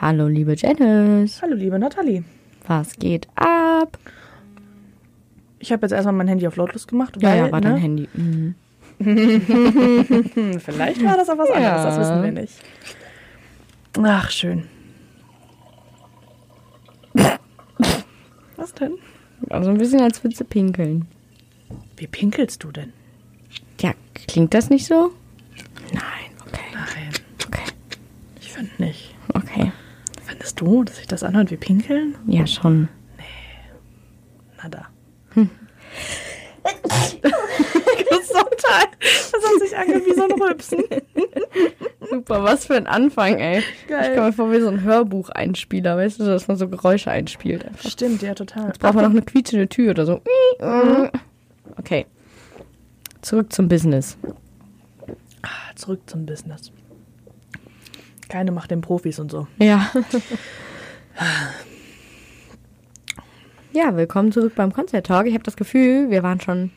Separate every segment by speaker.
Speaker 1: Hallo, liebe Janice.
Speaker 2: Hallo, liebe Nathalie.
Speaker 1: Was geht ab?
Speaker 2: Ich habe jetzt erstmal mein Handy auf lautlos gemacht.
Speaker 1: Ja,
Speaker 2: weil,
Speaker 1: ja, war
Speaker 2: ne?
Speaker 1: dein Handy. Mhm.
Speaker 2: Hm, Vielleicht war das auch was anderes, das wissen wir nicht. Ach, schön. Was denn?
Speaker 1: Also ein bisschen, als würdest du pinkeln.
Speaker 2: Wie pinkelst du denn?
Speaker 1: Ja, klingt das nicht so? Nein, okay.
Speaker 2: Nein,
Speaker 1: Okay,
Speaker 2: ich finde nicht.
Speaker 1: okay.
Speaker 2: Findest du, dass sich das anhört wie pinkeln?
Speaker 1: Ja, schon.
Speaker 2: Na da. Gesundheit. Das hat sich angehört wie so ein Rülpsen.
Speaker 1: Super, was für ein Anfang, ey. Ich
Speaker 2: Geil.
Speaker 1: komme mir vor wie so ein Hörbucheinspieler, weißt du, dass man so Geräusche einspielt. Einfach.
Speaker 2: Stimmt, ja, total.
Speaker 1: Braucht man noch eine quietschende Tür oder so. Okay. Zurück zum Business.
Speaker 2: Ah, Zurück zum Business. Keine macht den Profis und so.
Speaker 1: Ja. Ja, willkommen zurück beim Konzert Talk. Ich habe das Gefühl, wir waren schon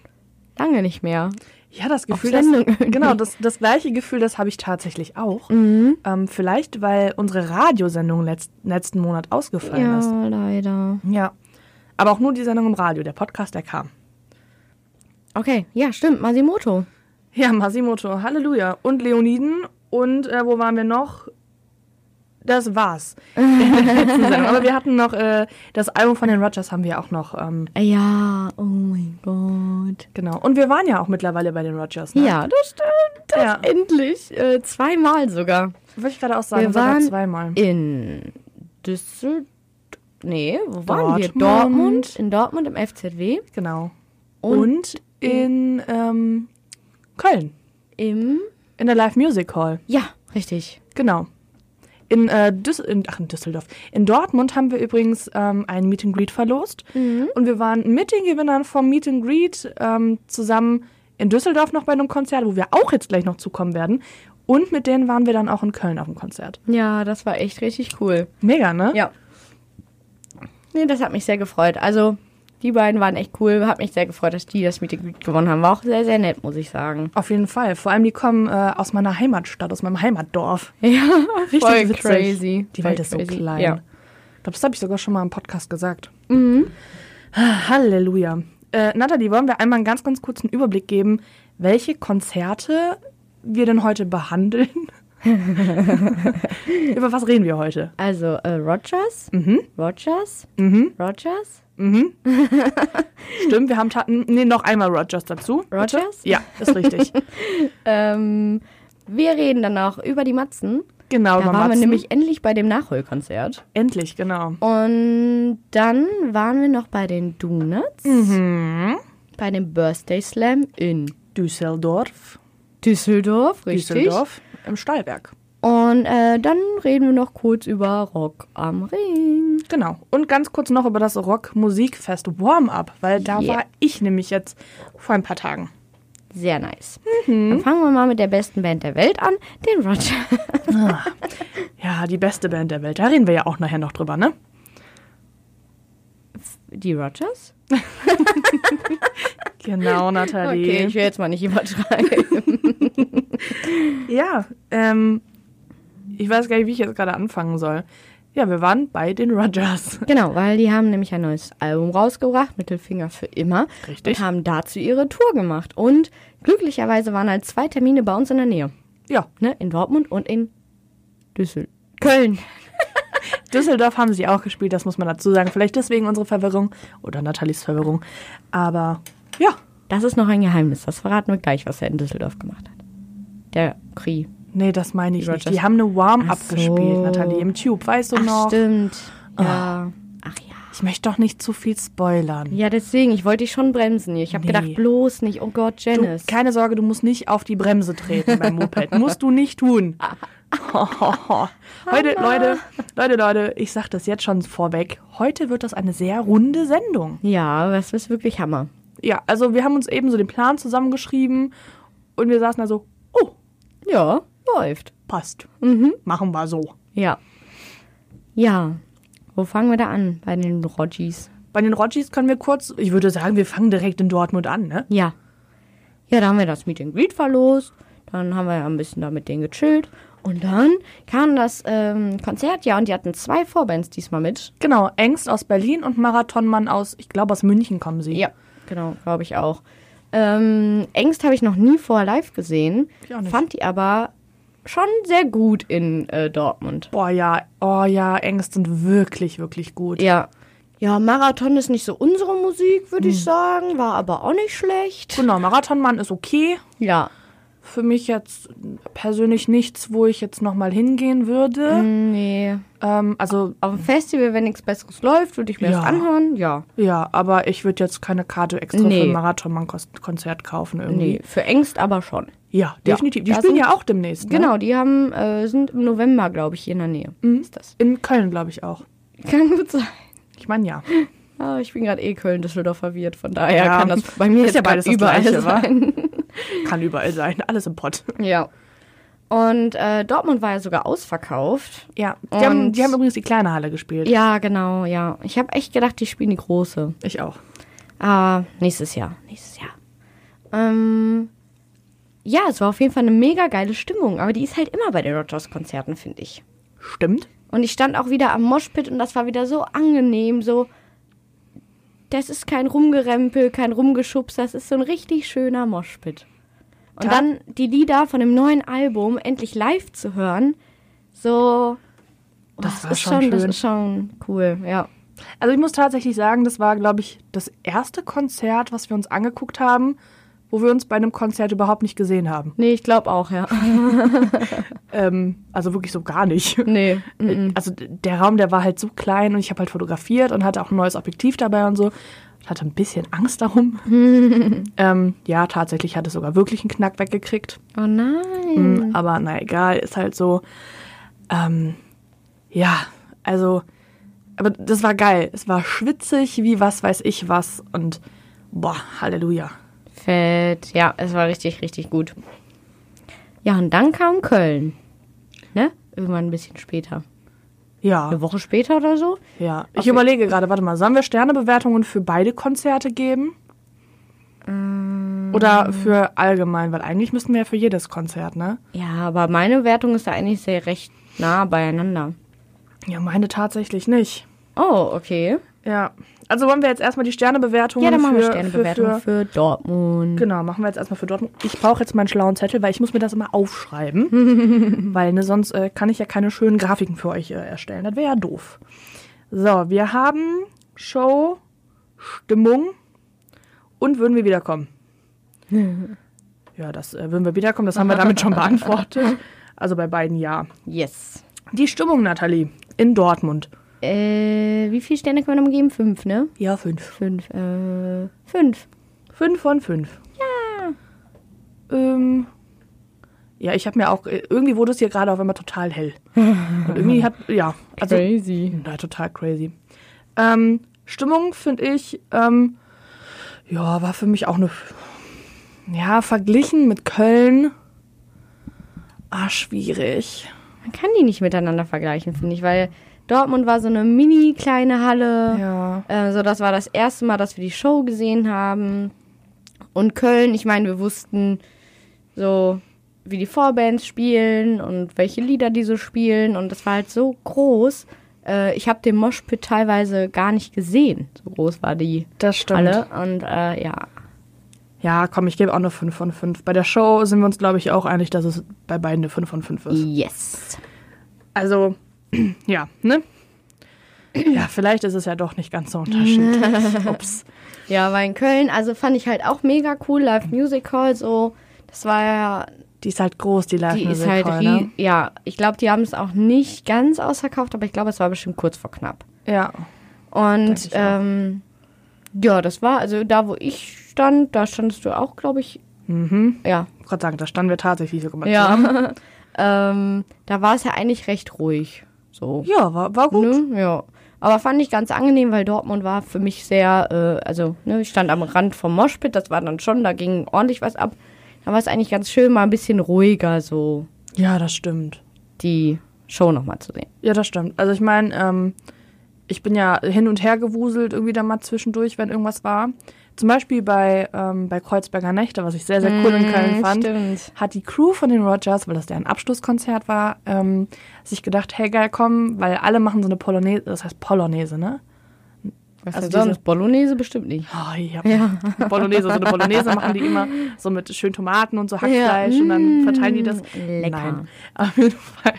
Speaker 1: lange nicht mehr.
Speaker 2: Ja, das Gefühl,
Speaker 1: Auf
Speaker 2: das,
Speaker 1: Sendung irgendwie.
Speaker 2: genau, das, das gleiche Gefühl, das habe ich tatsächlich auch.
Speaker 1: Mhm.
Speaker 2: Ähm, vielleicht, weil unsere Radiosendung letzt, letzten Monat ausgefallen ist.
Speaker 1: Ja, leider.
Speaker 2: Ja. Aber auch nur die Sendung im Radio, der Podcast, der kam.
Speaker 1: Okay, ja, stimmt. Masimoto.
Speaker 2: Ja, Masimoto, Halleluja. Und Leoniden und äh, wo waren wir noch? Das war's. In der letzten Sendung. Aber wir hatten noch äh, das Album von den Rogers haben wir auch noch. Ähm,
Speaker 1: Ja, oh mein Gott.
Speaker 2: genau. Und wir waren ja auch mittlerweile bei den Rogers. Ne?
Speaker 1: Ja, das stimmt. Das
Speaker 2: Ja.
Speaker 1: Endlich. Äh, zweimal sogar.
Speaker 2: Würde ich gerade auch sagen,
Speaker 1: Wir
Speaker 2: sogar
Speaker 1: waren
Speaker 2: zweimal.
Speaker 1: In Düsseldorf. Nee, wo waren wir?
Speaker 2: Dortmund.
Speaker 1: Dortmund. In Dortmund im FZW.
Speaker 2: Genau.
Speaker 1: Und,
Speaker 2: Und in ähm, Köln.
Speaker 1: im.
Speaker 2: In der Live Music Hall.
Speaker 1: Ja, richtig.
Speaker 2: Genau. In, äh, Düs in, ach, in Düsseldorf. In Dortmund haben wir übrigens ähm, ein Meet and Greet verlost.
Speaker 1: Mhm.
Speaker 2: Und wir waren mit den Gewinnern vom Meet and Greet ähm, zusammen in Düsseldorf noch bei einem Konzert, wo wir auch jetzt gleich noch zukommen werden. Und mit denen waren wir dann auch in Köln auf dem Konzert.
Speaker 1: Ja, das war echt richtig cool.
Speaker 2: Mega, ne?
Speaker 1: Ja. Nee, das hat mich sehr gefreut. Also, die beiden waren echt cool. Hat mich sehr gefreut, dass die das Meeting gewonnen haben. War auch sehr, sehr nett, muss ich sagen.
Speaker 2: Auf jeden Fall. Vor allem, die kommen äh, aus meiner Heimatstadt, aus meinem Heimatdorf.
Speaker 1: Ja,
Speaker 2: Richtig
Speaker 1: voll
Speaker 2: witzig.
Speaker 1: crazy.
Speaker 2: Die
Speaker 1: voll
Speaker 2: Welt ist so
Speaker 1: crazy.
Speaker 2: klein.
Speaker 1: Ja. Mhm.
Speaker 2: Ich glaube, das habe ich sogar schon mal im Podcast gesagt. Halleluja. Äh, Nathalie, wollen wir einmal einen ganz, ganz kurzen Überblick geben, welche Konzerte wir denn heute behandeln? Über was reden wir heute?
Speaker 1: Also, äh, Rogers,
Speaker 2: Mhm.
Speaker 1: Rogers, Rogers,
Speaker 2: Stimmt, wir haben ta- nee, noch einmal Rogers dazu. bitte.
Speaker 1: Rogers?
Speaker 2: Ja, ist richtig.
Speaker 1: Ähm, wir reden dann auch über die Matzen.
Speaker 2: Genau,
Speaker 1: Da
Speaker 2: über
Speaker 1: waren wir
Speaker 2: Matzen.
Speaker 1: nämlich endlich bei dem Nachholkonzert.
Speaker 2: endlich, genau.
Speaker 1: Und dann waren wir noch bei den Donuts.
Speaker 2: Mhm.
Speaker 1: Bei dem Birthday Slam in
Speaker 2: Düsseldorf.
Speaker 1: Düsseldorf, richtig.
Speaker 2: Düsseldorf im Stahlwerk.
Speaker 1: Und äh, dann reden wir noch kurz über Rock am Ring.
Speaker 2: Genau. Und ganz kurz noch über das Rockmusikfest Warm-Up, weil da
Speaker 1: Yeah.
Speaker 2: war ich nämlich jetzt vor ein paar Tagen.
Speaker 1: Sehr nice. Dann fangen wir mal mit der besten Band der Welt an, den Roger.
Speaker 2: Ja, die beste Band der Welt. Da reden wir ja auch nachher noch drüber, ne?
Speaker 1: Die Rogers?
Speaker 2: Genau,
Speaker 1: Okay,
Speaker 2: Nathalie.
Speaker 1: ich will jetzt mal nicht übertreiben.
Speaker 2: Ja, ähm, ich weiß gar nicht, wie ich jetzt gerade anfangen soll. Ja, wir waren bei den Rogers.
Speaker 1: genau, weil die haben nämlich ein neues Album rausgebracht, Mittelfinger für immer.
Speaker 2: Richtig.
Speaker 1: Und haben dazu ihre Tour gemacht. Und glücklicherweise waren halt zwei Termine bei uns in der Nähe.
Speaker 2: Ja,
Speaker 1: Ne? In Dortmund und in Düsseldorf. Köln.
Speaker 2: Düsseldorf haben sie auch gespielt, das muss man dazu sagen. Vielleicht deswegen unsere Verwirrung oder Nathalies Verwirrung. Aber ja,
Speaker 1: Das ist noch ein Geheimnis. Das verraten wir gleich, was er in Düsseldorf gemacht hat. Der Kri.
Speaker 2: nee, das meine ich
Speaker 1: Die
Speaker 2: nicht.
Speaker 1: Rogers.
Speaker 2: Die haben eine Warm-Up
Speaker 1: Ach so.
Speaker 2: gespielt, Nathalie, im Tube, weißt du
Speaker 1: Ach,
Speaker 2: noch?
Speaker 1: stimmt. Ja. Ach ja.
Speaker 2: Ich möchte doch nicht zu viel spoilern.
Speaker 1: Ja, deswegen, ich wollte dich schon bremsen. hier. Ich habe
Speaker 2: Nee.
Speaker 1: gedacht, bloß nicht. Oh Gott,
Speaker 2: Du,
Speaker 1: Janice.
Speaker 2: keine Sorge, du musst nicht auf die Bremse treten beim Moped. musst du nicht tun. heute, Leute, Leute, Leute, ich sag das jetzt schon vorweg. Heute wird das eine sehr runde Sendung.
Speaker 1: Ja, das ist wirklich Hammer.
Speaker 2: Ja, also wir haben uns eben so den Plan zusammengeschrieben und wir saßen da so, oh,
Speaker 1: Ja, läuft.
Speaker 2: passt. Machen wir so.
Speaker 1: Ja. Ja. Wo fangen wir da an? Bei den Roggies.
Speaker 2: Bei den Roggies können wir kurz, ich würde sagen, wir fangen direkt in Dortmund an, ne?
Speaker 1: Ja. Ja, da haben wir das Meet and Greet verlost. Dann haben wir ja ein bisschen da mit denen gechillt. Und dann kam das ähm, Konzert, ja, und die hatten zwei Vorbands diesmal mit.
Speaker 2: Genau, Ängst aus Berlin und Marathonmann aus, ich glaube aus München kommen sie.
Speaker 1: Ja, genau, glaube ich auch. Ähm, Ängst habe ich noch nie vorher live gesehen,
Speaker 2: Ich auch nicht.
Speaker 1: fand die aber schon sehr gut in äh, Dortmund.
Speaker 2: Boah ja, oh ja, Ängst sind wirklich, wirklich gut.
Speaker 1: Ja. Ja, Marathon ist nicht so unsere Musik, würde
Speaker 2: Hm.
Speaker 1: ich sagen, war aber auch nicht schlecht.
Speaker 2: Genau, Marathonmann ist okay.
Speaker 1: Ja.
Speaker 2: Für mich jetzt persönlich nichts, wo ich jetzt nochmal hingehen
Speaker 1: Mhm.
Speaker 2: würde.
Speaker 1: Hm, Nee.
Speaker 2: Ähm, also,
Speaker 1: Auf dem Festival, wenn nichts Besseres läuft, würde ich mir
Speaker 2: Ja.
Speaker 1: das anhören. Ja.
Speaker 2: ja, aber ich würde jetzt keine Karte extra
Speaker 1: Nee.
Speaker 2: für ein Marathonmann-Konzert kaufen irgendwie.
Speaker 1: Nee, für Ängst aber schon.
Speaker 2: Ja, definitiv. Die
Speaker 1: Da
Speaker 2: spielen
Speaker 1: sind-
Speaker 2: ja auch demnächst. Ne?
Speaker 1: Genau, die haben, äh, sind im November, glaube ich, hier in der Nähe.
Speaker 2: Mhm.
Speaker 1: Ist das?
Speaker 2: In Köln, glaube ich, auch.
Speaker 1: Kann gut sein.
Speaker 2: Ich meine, ja.
Speaker 1: Ah, ich bin gerade eh Köln-Düsseldorf verwirrt, von daher
Speaker 2: Ja.
Speaker 1: kann das bei mir
Speaker 2: Ist
Speaker 1: jetzt
Speaker 2: ja
Speaker 1: grad
Speaker 2: beides das
Speaker 1: überall
Speaker 2: Gleiche, wa?
Speaker 1: sein.
Speaker 2: Kann überall sein. Alles im Pott.
Speaker 1: Ja. Und äh, Dortmund war ja sogar ausverkauft.
Speaker 2: Ja. Die
Speaker 1: Und-
Speaker 2: haben, die haben übrigens die kleine Halle gespielt.
Speaker 1: Ja, genau, ja. Ich habe echt gedacht, die spielen die große.
Speaker 2: Ich auch.
Speaker 1: Ah, nächstes Jahr, nächstes Jahr. Ähm, ja, es war auf jeden Fall eine mega geile Stimmung, aber die ist halt immer bei den Rogers-Konzerten, finde ich.
Speaker 2: Stimmt.
Speaker 1: Und ich stand auch wieder am Moshpit und das war wieder so angenehm, so. Das ist kein Rumgerempel, kein Rumgeschubs, das ist so ein richtig schöner Moshpit. Und
Speaker 2: Ja.
Speaker 1: dann die Lieder von dem neuen Album endlich live zu hören, so.
Speaker 2: Das war
Speaker 1: ist
Speaker 2: schon
Speaker 1: Das
Speaker 2: schön.
Speaker 1: ist schon cool, ja.
Speaker 2: Also ich muss tatsächlich sagen, das war, glaube ich, das erste Konzert, was wir uns angeguckt haben, wo wir uns bei einem Konzert überhaupt nicht gesehen haben.
Speaker 1: Nee, ich glaube auch, ja.
Speaker 2: Ähm, also wirklich so gar nicht.
Speaker 1: Nee. mhm.
Speaker 2: Also d- der Raum, der war halt so klein und ich habe halt fotografiert und hatte auch ein neues Objektiv dabei und so. Ich hatte ein bisschen Angst darum. ähm, ja, tatsächlich hat es sogar wirklich einen Knack weggekriegt.
Speaker 1: Oh nein.
Speaker 2: Mhm. Aber na egal, ist halt so. Ähm, ja, also, aber das war geil. Es war schwitzig wie was weiß ich was und boah, Halleluja.
Speaker 1: Fett. Ja, es war richtig, richtig gut. Ja, und dann kam Köln. Ne? Irgendwann ein bisschen später.
Speaker 2: Ja,
Speaker 1: Eine Woche später oder so?
Speaker 2: ja. Ich
Speaker 1: Okay.
Speaker 2: überlege gerade, warte mal, sollen wir Sternebewertungen für beide Konzerte geben? Oder für allgemein, weil eigentlich müssten wir ja für jedes Konzert, ne?
Speaker 1: Ja, aber meine Wertung ist da eigentlich sehr recht nah beieinander.
Speaker 2: Ja, meine tatsächlich nicht.
Speaker 1: Oh, okay.
Speaker 2: Ja. Also wollen wir jetzt erstmal die Sternebewertungen
Speaker 1: Ja, dann machen
Speaker 2: für,
Speaker 1: wir Sternebewertung
Speaker 2: für,
Speaker 1: für,
Speaker 2: für
Speaker 1: Dortmund.
Speaker 2: Genau, machen wir jetzt erstmal für Dortmund. Ich brauche jetzt meinen schlauen Zettel, weil ich muss mir das immer aufschreiben. weil ne, sonst äh, kann ich ja keine schönen Grafiken für euch äh, erstellen. Das wäre ja doof. So, wir haben Show, Stimmung und würden wir wiederkommen. ja, das äh, würden wir wiederkommen, das haben wir damit schon beantwortet. Also bei beiden ja.
Speaker 1: Yes.
Speaker 2: Die Stimmung, Nathalie, in Dortmund.
Speaker 1: Äh, wie viele Sterne können wir noch geben? Fünf, ne?
Speaker 2: Ja, fünf.
Speaker 1: Fünf. Äh, fünf.
Speaker 2: Fünf von fünf. Ja. Ähm, ja, ich habe mir auch, äh, irgendwie wurde es hier gerade auf einmal total hell. Und irgendwie hat, ja, also,
Speaker 1: Crazy.
Speaker 2: na, total crazy. Ähm, Stimmung finde ich, ähm, ja, war für mich auch eine, ja, verglichen mit Köln, ah, schwierig.
Speaker 1: Man kann die nicht miteinander vergleichen, finde ich, weil Dortmund war so eine mini kleine Halle.
Speaker 2: Ja.
Speaker 1: Äh, so, das war das erste Mal, dass wir die Show gesehen haben. Und Köln, ich meine, wir wussten so, wie die Vorbands spielen und welche Lieder die so spielen. Und das war halt so groß. Äh, ich habe den Moshpit teilweise gar nicht gesehen. So groß war die
Speaker 2: Das stimmt.
Speaker 1: Halle. Und äh, ja,
Speaker 2: Ja, komm, ich gebe auch eine 5 von 5. Bei der Show sind wir uns, glaube ich, auch einig, dass es bei beiden eine 5 von 5 ist.
Speaker 1: yes.
Speaker 2: Also, ja, ne? Ja, vielleicht ist es ja doch nicht ganz so unterschiedlich. Ups.
Speaker 1: Ja, war in Köln. Also fand ich halt auch mega cool. Live Music Hall, so. Das war ja
Speaker 2: Die ist halt groß, die live
Speaker 1: Die ist
Speaker 2: Music
Speaker 1: halt,
Speaker 2: Hall,
Speaker 1: rie-
Speaker 2: ne?
Speaker 1: ja, ich glaube, die haben es auch nicht ganz ausverkauft, aber ich glaube, es war bestimmt kurz vor knapp.
Speaker 2: Ja. Denk
Speaker 1: Und
Speaker 2: ich auch.
Speaker 1: ähm, ja, das war, also da, wo ich stand, da standest du auch, glaube ich. Mhm. Ja,
Speaker 2: Gott sagen, da standen wir tatsächlich sogar mal zusammen.
Speaker 1: ja. ähm, da war es ja eigentlich recht ruhig. So.
Speaker 2: Ja, war, war gut.
Speaker 1: Ne? Ja. Aber fand ich ganz angenehm, weil Dortmund war für mich sehr, äh, also ne, ich stand am Rand vom Moschpit, das war dann schon, da ging ordentlich was ab. Da war es eigentlich ganz schön, mal ein bisschen ruhiger so
Speaker 2: Ja, das stimmt.
Speaker 1: die Show nochmal zu sehen.
Speaker 2: Ja, das stimmt. Also ich meine, ähm, ich bin ja hin und her gewuselt, irgendwie da mal zwischendurch, wenn irgendwas war. Zum Beispiel bei, ähm, bei Kreuzberger Nächte, was ich sehr, sehr cool in Köln
Speaker 1: Mm,
Speaker 2: fand,
Speaker 1: Stimmt.
Speaker 2: hat die Crew von den Rogers, weil das deren Abschlusskonzert war, ähm, sich gedacht, hey geil, komm, weil alle machen so eine Polonaise, das heißt Polonaise, ne?
Speaker 1: Was
Speaker 2: Also
Speaker 1: also denn
Speaker 2: diese-
Speaker 1: sonst? Bolognese bestimmt nicht.
Speaker 2: Oh, ja.
Speaker 1: Ja.
Speaker 2: Bolognese, so eine Bolognese machen die immer so mit schön Tomaten und so Hackfleisch
Speaker 1: Ja,
Speaker 2: und dann verteilen die
Speaker 1: mm,
Speaker 2: das.
Speaker 1: lecker.
Speaker 2: Nein, auf jeden Fall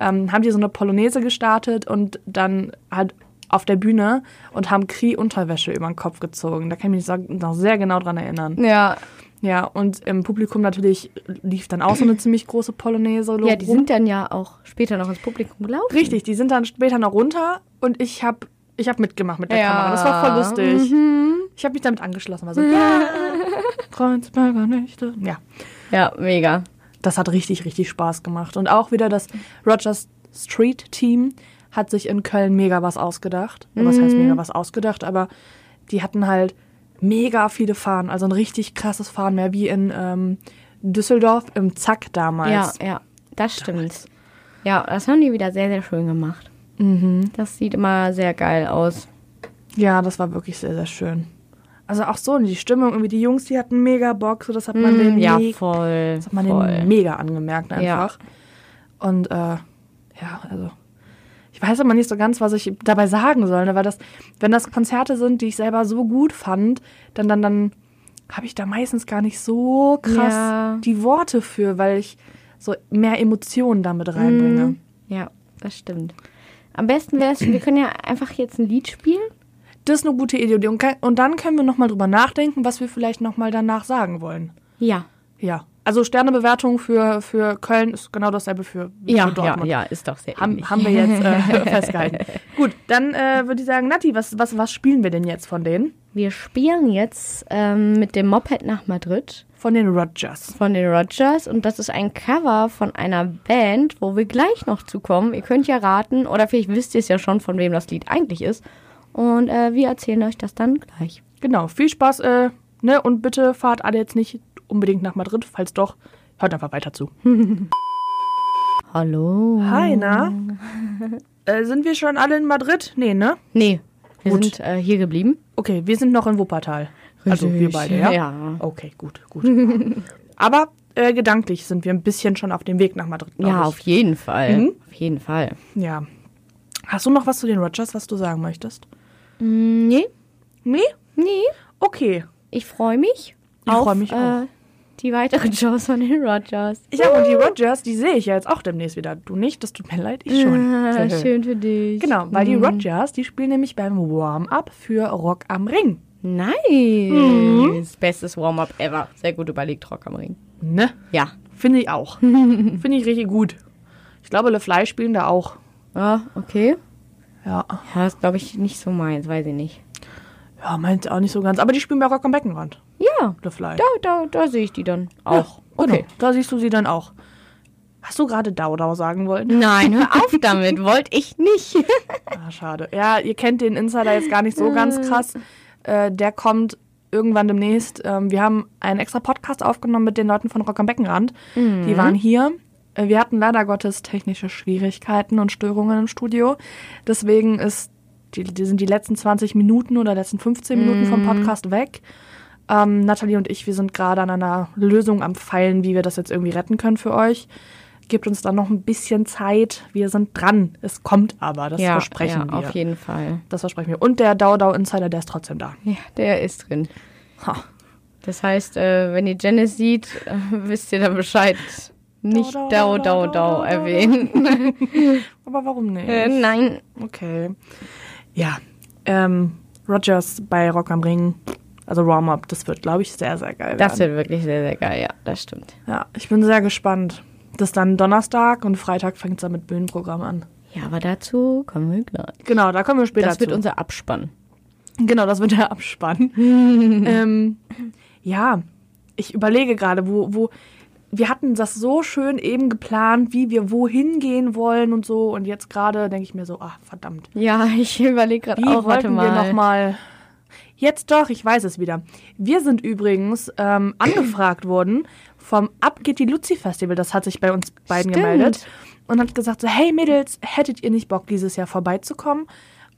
Speaker 2: ähm, haben die so eine Polonaise gestartet und dann halt auf der Bühne und haben Kri Unterwäsche über den Kopf gezogen. Da kann ich mich so- noch sehr genau dran erinnern.
Speaker 1: Ja,
Speaker 2: Ja, und im Publikum natürlich lief dann auch so eine ziemlich große Polonaise.
Speaker 1: ja, die
Speaker 2: rum.
Speaker 1: sind dann ja auch später noch ins Publikum gelaufen.
Speaker 2: Richtig, die sind dann später noch runter und ich habe ich hab mitgemacht mit der
Speaker 1: Ja. Mhm.
Speaker 2: Kamera. Das war voll lustig. Ich habe mich damit angeschlossen. War so, ja, Kreuzberger Nächte. Ja,
Speaker 1: Ja, mega.
Speaker 2: das hat richtig, richtig Spaß gemacht. Und auch wieder das Rogers Street Team hat sich in Köln mega was ausgedacht. Was heißt
Speaker 1: Mhm.
Speaker 2: mega was ausgedacht? Aber die hatten halt mega viele Fahnen. Also ein richtig krasses Fahren mehr wie in ähm, Düsseldorf im Zack
Speaker 1: Ja,
Speaker 2: damals.
Speaker 1: ja, das stimmt. Ja, das haben die wieder sehr, sehr schön gemacht. Das sieht immer sehr geil aus.
Speaker 2: Ja, das war wirklich sehr, sehr schön. Also auch so, und die Stimmung, irgendwie die Jungs, die hatten mega Bock, so das hat man den
Speaker 1: Mhm. Mm, ja,
Speaker 2: mega,
Speaker 1: voll.
Speaker 2: das hat man
Speaker 1: voll.
Speaker 2: den mega angemerkt
Speaker 1: Ja.
Speaker 2: einfach. Und äh, ja, also ich weiß immer nicht so ganz, was ich dabei sagen soll, ne? weil das, wenn das Konzerte sind, die ich selber so gut fand, dann dann dann habe ich da meistens gar nicht so krass
Speaker 1: Ja.
Speaker 2: die Worte für, weil ich so mehr Emotionen damit reinbringe.
Speaker 1: Mhm. Ja, das stimmt. Am besten wäre es, wir können ja einfach jetzt ein Lied spielen.
Speaker 2: Das ist eine gute Idee und, kann- und dann können wir noch mal drüber nachdenken, was wir vielleicht noch mal danach sagen wollen.
Speaker 1: Ja.
Speaker 2: Ja. Also Sternebewertung für, für Köln ist genau dasselbe für,
Speaker 1: Ja,
Speaker 2: für
Speaker 1: ja,
Speaker 2: Dortmund.
Speaker 1: ja, ist doch sehr
Speaker 2: Haben,
Speaker 1: ähnlich.
Speaker 2: haben wir jetzt äh, festgehalten. Gut, dann äh, würde ich sagen, Nati, was, was, was spielen wir denn jetzt von denen?
Speaker 1: Wir spielen jetzt ähm, mit dem Moped nach Madrid
Speaker 2: Von den Rogers.
Speaker 1: von den Rogers und das ist ein Cover von einer Band, wo wir gleich noch zukommen. Ihr könnt ja raten oder vielleicht wisst ihr es ja schon, von wem das Lied eigentlich ist. Und äh, wir erzählen euch das dann gleich.
Speaker 2: Genau, viel Spaß äh, ne? und bitte fahrt alle jetzt nicht unbedingt nach Madrid. Falls doch, hört einfach weiter zu.
Speaker 1: Hm. Hallo.
Speaker 2: Hi, na? äh, sind wir schon alle in Madrid? Nee, ne?
Speaker 1: Nee, wir
Speaker 2: Gut.
Speaker 1: sind äh, hier geblieben.
Speaker 2: Okay, wir sind noch in Wuppertal. Also wir
Speaker 1: Richtig.
Speaker 2: beide, ja?
Speaker 1: Ja.
Speaker 2: Okay, gut, gut. Aber äh, gedanklich sind wir ein bisschen schon auf dem Weg nach Madrid. glaub
Speaker 1: Ja,
Speaker 2: ich.
Speaker 1: auf jeden Fall.
Speaker 2: Mhm.
Speaker 1: Auf jeden Fall.
Speaker 2: Ja. Hast du noch was zu den Rogers, was du sagen möchtest?
Speaker 1: Nee,
Speaker 2: Nee?
Speaker 1: nee.
Speaker 2: Okay.
Speaker 1: Ich freue mich.
Speaker 2: Ich
Speaker 1: auf,
Speaker 2: freu mich auch.
Speaker 1: Äh, die weiteren Shows von den Rogers.
Speaker 2: Ja, und die Rogers, die sehe ich ja jetzt auch demnächst wieder. Du nicht, das tut mir leid, ich schon.
Speaker 1: Ah, schön für dich.
Speaker 2: Genau, weil die Rogers, die spielen nämlich beim Warm-Up für Rock am Ring.
Speaker 1: Nice. Bestes Warm-up ever. Sehr gut überlegt, Rock am Ring.
Speaker 2: Ne?
Speaker 1: Ja.
Speaker 2: Finde ich auch. Finde ich richtig gut. Ich glaube, Le Fly spielen da auch.
Speaker 1: Ah, okay.
Speaker 2: Ja.
Speaker 1: Ja, ist, glaube ich, nicht so meins. Weiß ich nicht.
Speaker 2: Ja, meint auch nicht so ganz. Aber die spielen bei Rock am Beckenrand.
Speaker 1: Ja,
Speaker 2: Le Fly.
Speaker 1: da, da, da sehe ich die dann auch.
Speaker 2: auch. Genau.
Speaker 1: okay.
Speaker 2: Da siehst du sie dann auch. Hast du gerade Daudau sagen wollen?
Speaker 1: Nein, hör auf damit. Wollte ich nicht.
Speaker 2: Ah, schade. Ja, ihr kennt den Insider jetzt gar nicht so ganz krass. Äh, der kommt irgendwann demnächst. Ähm, wir haben einen extra Podcast aufgenommen mit den Leuten von Rock am Beckenrand. Die waren hier. Äh, Wir hatten leider Gottes technische Schwierigkeiten und Störungen im Studio. Deswegen ist die, die sind die letzten 20 Minuten oder letzten 15 Minuten vom Podcast weg. Ähm, Nathalie und ich, wir sind gerade an einer Lösung am Feilen, wie wir das jetzt irgendwie retten können für euch. Gebt uns dann noch ein bisschen Zeit. Wir sind dran. Es kommt aber. Das versprechen
Speaker 1: ja,
Speaker 2: wir.
Speaker 1: auf jeden Fall.
Speaker 2: Das versprechen wir. Und der Daudau Insider, der ist trotzdem da.
Speaker 1: Ja, der ist drin.
Speaker 2: Ha.
Speaker 1: Das heißt, äh, wenn ihr Janice sieht, äh, wisst ihr dann Bescheid. Nicht
Speaker 2: Dau,
Speaker 1: Dau, Dau, Dau,
Speaker 2: dau, dau, dau, dau.
Speaker 1: erwähnen.
Speaker 2: Aber warum nicht?
Speaker 1: Äh, nein.
Speaker 2: Okay. Ja. Ähm, Rogers bei Rock am Ring, also Warm-Up, das wird, glaube ich, sehr, sehr geil.
Speaker 1: Das
Speaker 2: werden.
Speaker 1: wird wirklich sehr, sehr geil. Ja, das stimmt.
Speaker 2: Ja, ich bin sehr gespannt. Das ist dann Donnerstag und Freitag fängt es dann mit Bühnenprogramm an.
Speaker 1: Ja, aber dazu kommen wir gleich.
Speaker 2: Genau, da kommen wir später
Speaker 1: Das wird
Speaker 2: zu.
Speaker 1: unser Abspann.
Speaker 2: Genau, das wird der Abspann. ähm, ja, ich überlege gerade, wo, wo. Wir hatten das so schön eben geplant, wie wir wohin gehen wollen und so. Und jetzt gerade denke ich mir so, ah, verdammt.
Speaker 1: Ja, ich überlege gerade
Speaker 2: Wie
Speaker 1: auch. Warte
Speaker 2: wollten wir
Speaker 1: mal.
Speaker 2: nochmal? Jetzt doch, ich weiß es wieder. Wir sind übrigens ähm, angefragt worden vom Ab geht die Luzi Festival. Das hat sich bei uns beiden
Speaker 1: Stimmt.
Speaker 2: gemeldet und hat gesagt so, hey Mädels, hättet ihr nicht Bock dieses Jahr vorbeizukommen?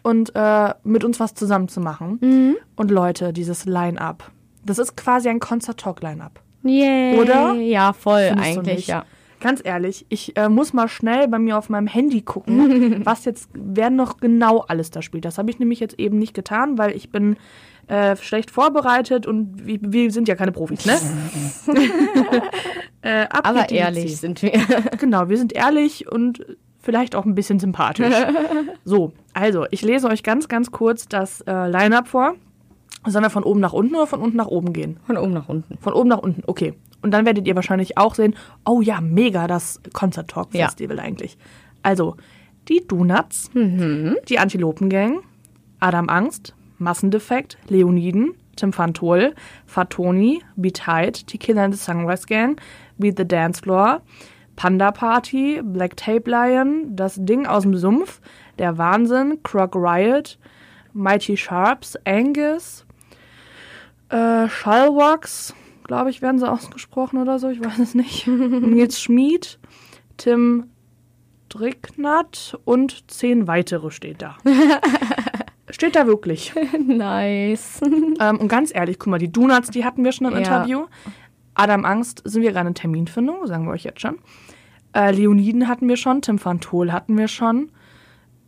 Speaker 2: und äh, mit uns was zusammen zu machen.
Speaker 1: Mhm.
Speaker 2: Und Leute, dieses Line-Up. Das ist quasi ein Concert-Talk-Line-Up.
Speaker 1: Yay.
Speaker 2: Oder?
Speaker 1: Ja, voll
Speaker 2: Findest du
Speaker 1: Äh, eigentlich,
Speaker 2: nicht?
Speaker 1: ja.
Speaker 2: Ganz ehrlich, ich äh, muss mal schnell bei mir auf meinem Handy gucken, was jetzt, wer noch genau alles da spielt. Das habe ich nämlich jetzt eben nicht getan, weil ich bin äh, schlecht vorbereitet und wir, wir sind ja keine Profis, ne? äh, ab
Speaker 1: Aber
Speaker 2: geht die
Speaker 1: ehrlich
Speaker 2: Luzi.
Speaker 1: sind wir.
Speaker 2: Genau, wir sind ehrlich und vielleicht auch ein bisschen sympathisch. so, also, ich lese euch ganz, ganz kurz das äh, Line-Up vor. Sollen wir von oben nach unten oder von unten nach oben gehen?
Speaker 1: Von oben nach unten.
Speaker 2: Von oben nach unten, okay. Und dann werdet ihr wahrscheinlich auch sehen, oh ja, mega das Concert Talk
Speaker 1: Ja.
Speaker 2: Festival eigentlich. Also, die Donuts, die Antilopengang, Adam Angst, Massendefekt, Leoniden, Tim Fantol, Fatoni, Be Tight, die Killer in the Sunrise Gang, Beat the Dance Floor, Panda Party, Black Tape Lion, Das Ding aus dem Sumpf, Der Wahnsinn, Croc Riot, Mighty Sharps, Angus, äh, Schallwax, glaube ich, werden sie ausgesprochen oder so, ich weiß es nicht. Nils Schmid, Tim Dricknat und zehn weitere steht da. steht da wirklich.
Speaker 1: Nice.
Speaker 2: Ähm, und ganz ehrlich, guck mal, die Donuts, die hatten wir schon im
Speaker 1: Ja.
Speaker 2: Interview. Adam Angst sind wir gerade in Terminfindung, sagen wir euch jetzt schon. Äh, Leoniden hatten wir schon, Tim van Tol hatten wir schon.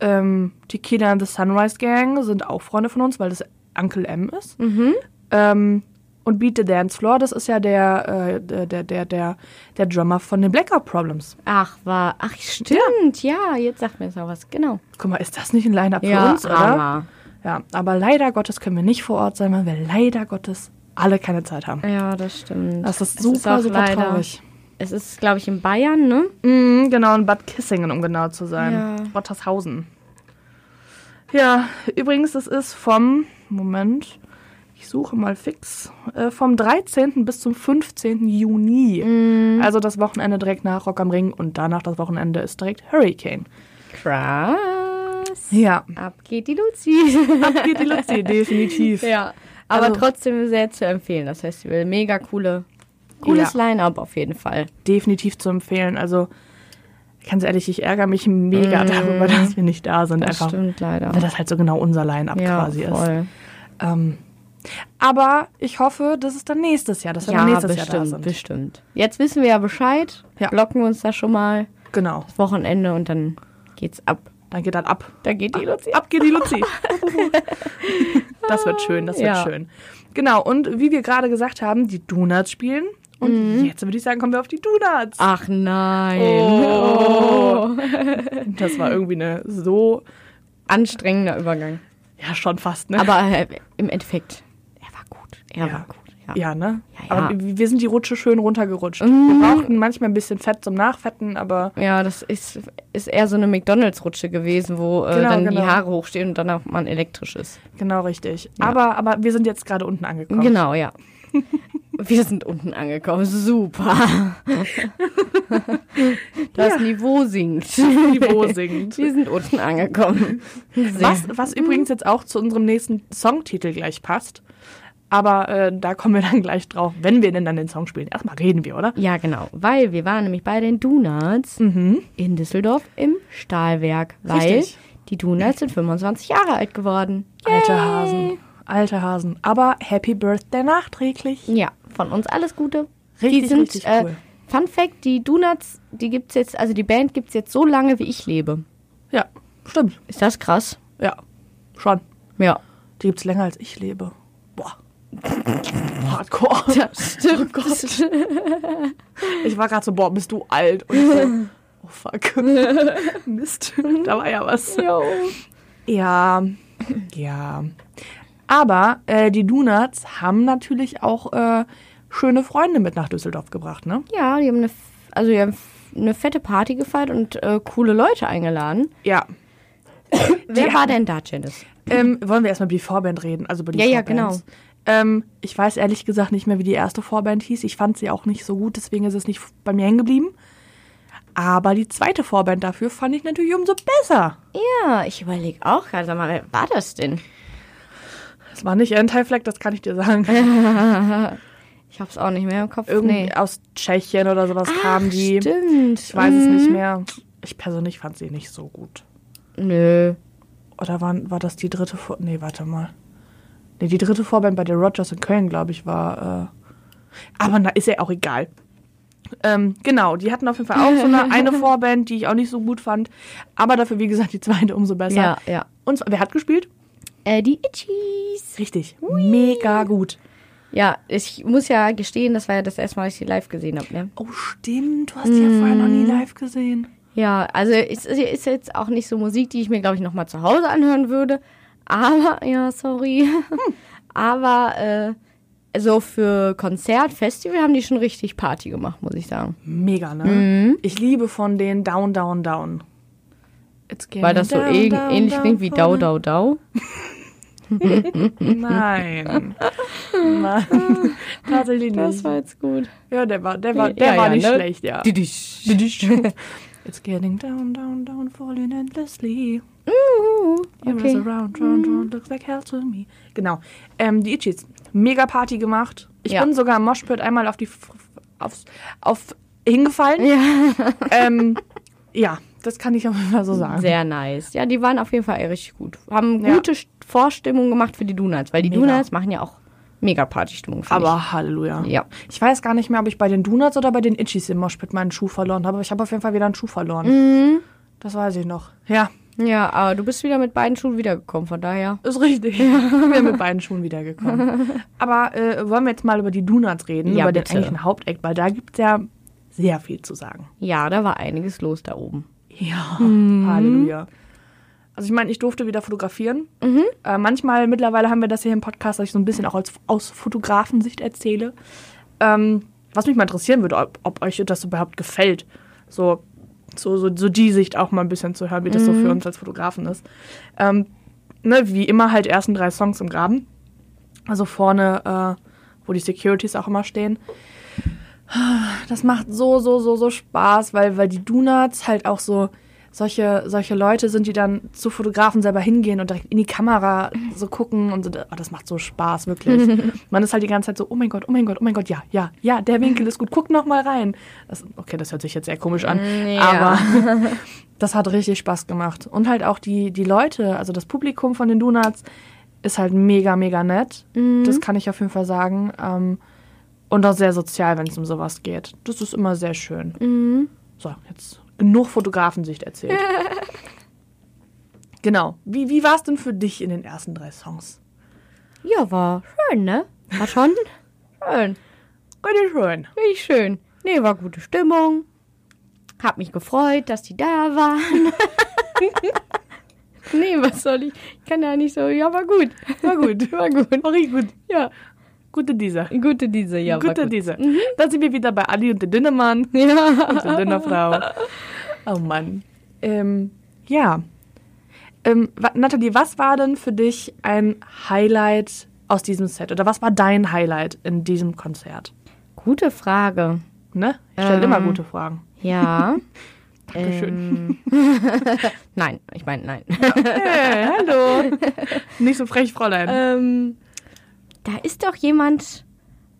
Speaker 2: Ähm, die Kinder in the Sunrise Gang sind auch Freunde von uns, weil das Uncle M ist. Ähm, und Beat the Dance Floor, das ist ja der, äh, der, der, der, der, der Drummer von den Blackout Problems.
Speaker 1: Ach, war. Ach, stimmt. Ja, jetzt sagt mir das auch was. Genau.
Speaker 2: Guck mal, ist das nicht ein Line-Up für uns, oder? Ja, aber leider Gottes können wir nicht vor Ort sein, weil wir leider Gottes alle keine Zeit haben.
Speaker 1: Ja, das stimmt.
Speaker 2: Das ist
Speaker 1: Es
Speaker 2: super,
Speaker 1: auch
Speaker 2: super traurig.
Speaker 1: Es ist, glaube ich, in Bayern, ne?
Speaker 2: Mhm, genau, in Bad Kissingen, um genau zu sein.
Speaker 1: Ja.
Speaker 2: Rottershausen. Ja, übrigens, es ist vom, Moment, ich suche mal fix, äh, vom 13. bis zum 15. Juni.
Speaker 1: Mhm.
Speaker 2: Also das Wochenende direkt nach Rock am Ring und danach das Wochenende ist direkt Hurricane.
Speaker 1: Krass.
Speaker 2: Ja,
Speaker 1: Ab geht die Luzi.
Speaker 2: ab geht die Luzi, definitiv.
Speaker 1: ja. Aber
Speaker 2: Also-
Speaker 1: trotzdem sehr zu empfehlen, das Festival. Mega coole. Cooles Line-Up auf jeden Fall.
Speaker 2: Definitiv zu empfehlen. Also, ganz ehrlich, ich ärgere mich mega darüber, dass wir nicht da sind.
Speaker 1: Mhm. Das
Speaker 2: einfach,
Speaker 1: stimmt leider.
Speaker 2: weil das halt so genau unser Line-Up
Speaker 1: ja,
Speaker 2: quasi ist.
Speaker 1: voll.
Speaker 2: Ähm, aber ich hoffe, das ist dann nächstes Jahr, dass wir
Speaker 1: Ja,
Speaker 2: dann nächstes
Speaker 1: bestimmt,
Speaker 2: Jahr da sind.
Speaker 1: bestimmt. Jetzt wissen wir ja Bescheid.
Speaker 2: Ja.
Speaker 1: Blocken wir uns da schon mal
Speaker 2: Genau,
Speaker 1: das Wochenende und dann geht's ab.
Speaker 2: dann geht das ab.
Speaker 1: Da geht die Luzi.
Speaker 2: Ab geht die Luzi. das wird schön, das wird
Speaker 1: Ja.
Speaker 2: schön. Genau, und wie wir gerade gesagt haben, die Donuts spielen.
Speaker 1: Mhm.
Speaker 2: Und jetzt würde ich sagen, kommen wir auf die Donuts.
Speaker 1: Ach nein.
Speaker 2: Oh. Das war irgendwie eine so,
Speaker 1: Anstrengender Übergang.
Speaker 2: ja schon fast, ne?
Speaker 1: Aber äh, im Endeffekt, er war gut. Er
Speaker 2: Ja.
Speaker 1: war gut. Ja.
Speaker 2: ja, ne?
Speaker 1: Ja, Mhm. ja.
Speaker 2: Aber wir sind die Rutsche schön runtergerutscht. Wir brauchten manchmal ein bisschen Fett zum Nachfetten, aber
Speaker 1: Ja, das ist, ist eher so eine McDonalds-Rutsche gewesen, wo äh,
Speaker 2: Genau,
Speaker 1: dann
Speaker 2: genau.
Speaker 1: die Haare hochstehen und danach man elektrisch ist.
Speaker 2: genau richtig. Aber, aber wir sind jetzt gerade unten angekommen.
Speaker 1: Genau, ja. Wir sind unten angekommen. Super. Das
Speaker 2: Ja.
Speaker 1: Niveau sinkt.
Speaker 2: Niveau singt.
Speaker 1: Wir sind unten angekommen. Sehr.
Speaker 2: Was, was übrigens jetzt auch zu unserem nächsten Songtitel gleich passt. Aber äh, da kommen wir dann gleich drauf, wenn wir denn dann den Song spielen. Erstmal reden wir, oder?
Speaker 1: Ja, genau. Weil wir waren nämlich bei den Donuts in Düsseldorf im Stahlwerk. Weil
Speaker 2: Richtig.
Speaker 1: die Donuts sind 25 Jahre alt geworden.
Speaker 2: Alte Hasen. Alte Hasen. Aber Happy Birthday nachträglich.
Speaker 1: Ja, von uns alles Gute.
Speaker 2: Richtig,
Speaker 1: die sind,
Speaker 2: richtig cool.
Speaker 1: Äh, Fun Fact, die Donuts, die gibt's jetzt, also die Band gibt's jetzt so lange, wie ich lebe.
Speaker 2: Ja, stimmt.
Speaker 1: Ist das krass?
Speaker 2: Ja, schon.
Speaker 1: Ja.
Speaker 2: Die gibt's länger als ich lebe. Boah. Hardcore.
Speaker 1: Stimmt. Oh Gott.
Speaker 2: Ich war gerade so, boah, bist du alt? Und ich so, oh fuck. Mist. Da war ja was.
Speaker 1: Jo.
Speaker 2: Ja, ja. Aber äh, die Donuts haben natürlich auch äh, schöne Freunde mit nach Düsseldorf gebracht, ne?
Speaker 1: Ja, die haben eine, f- also die haben f- eine fette Party gefeiert und äh, coole Leute eingeladen.
Speaker 2: Ja.
Speaker 1: Wer war denn da, Janice?
Speaker 2: Ähm, wollen wir erstmal über die Vorband reden? Also über die
Speaker 1: Ja, ja,
Speaker 2: Vorbands. Ähm, ich weiß ehrlich gesagt nicht mehr, wie die erste Vorband hieß. Ich fand sie auch nicht so gut, deswegen ist es nicht bei mir hängen geblieben. Aber die zweite Vorband dafür fand ich natürlich umso besser.
Speaker 1: Ja, ich überlege auch gerade, sag mal, wer war das denn?
Speaker 2: Das war nicht Anti-Flag, das kann ich dir sagen.
Speaker 1: Ich hab's auch nicht mehr im Kopf.
Speaker 2: Irgendwie
Speaker 1: nee.
Speaker 2: aus Tschechien oder sowas kamen die.
Speaker 1: Stimmt.
Speaker 2: Mhm. Ich weiß es nicht mehr. Ich persönlich fand sie nicht so gut.
Speaker 1: Mm, Nö.
Speaker 2: Oder waren, war das die dritte Vor... Nee, warte mal. Nee, die dritte Vorband bei der Rogers in Köln, glaube ich, war... Äh, aber na, ist ja auch egal. Ähm, genau, die hatten auf jeden Fall auch so eine, eine Vorband, die ich auch nicht so gut fand. Aber dafür, wie gesagt, die zweite umso besser.
Speaker 1: Ja, ja.
Speaker 2: Und zwar, wer hat gespielt?
Speaker 1: Äh, die Itchies.
Speaker 2: Richtig. Mega gut.
Speaker 1: Ja, ich muss ja gestehen, das war ja das erste Mal, dass ich sie live gesehen habe. Ne?
Speaker 2: Oh, stimmt. Du hast die ja vorher noch nie live gesehen.
Speaker 1: Ja, also es ist, ist jetzt auch nicht so Musik, die ich mir, glaube ich, nochmal zu Hause anhören würde. Aber, ja, sorry. Aber äh, so für Konzert, Festival haben die schon richtig Party gemacht, muss ich sagen.
Speaker 2: Mega, ne? Ich liebe von denen Down, Down, Down. It's
Speaker 1: Weil das so
Speaker 2: getting
Speaker 1: ähn-
Speaker 2: down,
Speaker 1: ähnlich
Speaker 2: down,
Speaker 1: klingt wie
Speaker 2: down.
Speaker 1: Dau, Dau, Dau.
Speaker 2: Nein. Nein. Tatsächlich nicht.
Speaker 1: war jetzt gut.
Speaker 2: Ja, der war, der war, der
Speaker 1: Ja,
Speaker 2: war
Speaker 1: ja,
Speaker 2: nicht
Speaker 1: ne?
Speaker 2: schlecht, ja. It's getting down, down, down, falling endlessly. Okay.
Speaker 1: okay. Mhm.
Speaker 2: Around, round, round, looks like hell to me. Genau. Ähm, die Itchies. Mega Party gemacht. Ich
Speaker 1: Ja.
Speaker 2: bin sogar im Moshpit einmal auf die F- F- aufs, auf hingefallen.
Speaker 1: Ja.
Speaker 2: ähm, ja, das kann ich auf jeden Fall so sagen.
Speaker 1: Sehr nice. Ja, die waren auf jeden Fall richtig gut. Haben
Speaker 2: Ja.
Speaker 1: gute St- Vorstimmung gemacht für die Donuts, weil die
Speaker 2: Mega.
Speaker 1: Donuts machen ja auch mega Partystimmung. find
Speaker 2: Aber Halleluja.
Speaker 1: ich. ja.
Speaker 2: Ich weiß gar nicht mehr, ob ich bei den Donuts oder bei den Itchies im Moshpit meinen Schuh verloren habe. aber Ich habe auf jeden Fall wieder einen Schuh verloren.
Speaker 1: Mhm.
Speaker 2: Das weiß ich noch. Ja,
Speaker 1: Ja, aber du bist wieder mit beiden Schuhen wiedergekommen, von daher.
Speaker 2: ist richtig. Wir sind mit beiden Schuhen wiedergekommen. Aber äh, wollen wir jetzt mal über die Donuts reden,
Speaker 1: Ja,
Speaker 2: über den
Speaker 1: bitte.
Speaker 2: eigentlichen Haupteck, weil da gibt es ja sehr viel zu sagen.
Speaker 1: Ja, da war einiges los da oben.
Speaker 2: Ja, Halleluja. Also ich meine, ich durfte wieder fotografieren. Äh, manchmal, mittlerweile haben wir das hier im Podcast, dass ich so ein bisschen auch als, aus Fotografensicht erzähle. Ähm, was mich mal interessieren würde, ob, ob euch das überhaupt gefällt. So, so, so, so die Sicht auch mal ein bisschen zu hören, wie das so für uns als Fotografen ist. Ähm, ne, wie immer halt ersten drei Songs im Graben. Also vorne, äh, wo die Securities auch immer stehen. Das macht so, so, so, so Spaß, weil, weil die Donuts halt auch so solche, solche Leute sind, die dann zu Fotografen selber hingehen und direkt in die Kamera so gucken und so, oh, das macht so Spaß, wirklich. Man ist halt die ganze Zeit so, oh mein Gott, oh mein Gott, oh mein Gott, ja, ja, ja, der Winkel ist gut, guck noch mal rein. Das, okay, das hört sich jetzt sehr komisch an,
Speaker 1: Ja.
Speaker 2: aber das hat richtig Spaß gemacht. Und halt auch die, die Leute, also das Publikum von den Donuts ist halt mega, mega nett.
Speaker 1: Mhm.
Speaker 2: Das kann ich auf jeden Fall sagen. Ähm, und auch sehr sozial, wenn es um sowas geht. Das ist immer sehr schön.
Speaker 1: Mhm.
Speaker 2: So, jetzt genug Fotografensicht erzählt. genau. Wie, wie war es denn für dich in den ersten drei Songs?
Speaker 1: Ja, war schön, ne? War schon schön.
Speaker 2: Richtig schön.
Speaker 1: Richtig schön. Nee, war gute Stimmung. Hab mich gefreut, dass die da waren. nee, was soll ich? Ich kann ja nicht so. Ja, war gut.
Speaker 2: War gut.
Speaker 1: War gut.
Speaker 2: War richtig gut.
Speaker 1: Ja.
Speaker 2: Gute dieser.
Speaker 1: Gute diese, ja. war
Speaker 2: Gute
Speaker 1: gut. Mhm.
Speaker 2: dieser. Dann sind wir wieder bei Adi und der dünne Mann.
Speaker 1: Ja.
Speaker 2: Mit der dünnen Frau. Oh Mann. Ähm, ja. Ähm, wa- Nathalie, was war denn für dich ein Highlight aus diesem Set? Oder was war dein Highlight in diesem Konzert?
Speaker 1: Gute Frage.
Speaker 2: Ne? Ich stelle
Speaker 1: Ähm.
Speaker 2: immer gute Fragen.
Speaker 1: Ja. Ähm.
Speaker 2: Dankeschön.
Speaker 1: Nein, ich meine, nein.
Speaker 2: Hey, hallo. Nicht so frech, Fräulein.
Speaker 1: Ähm, da ist doch jemand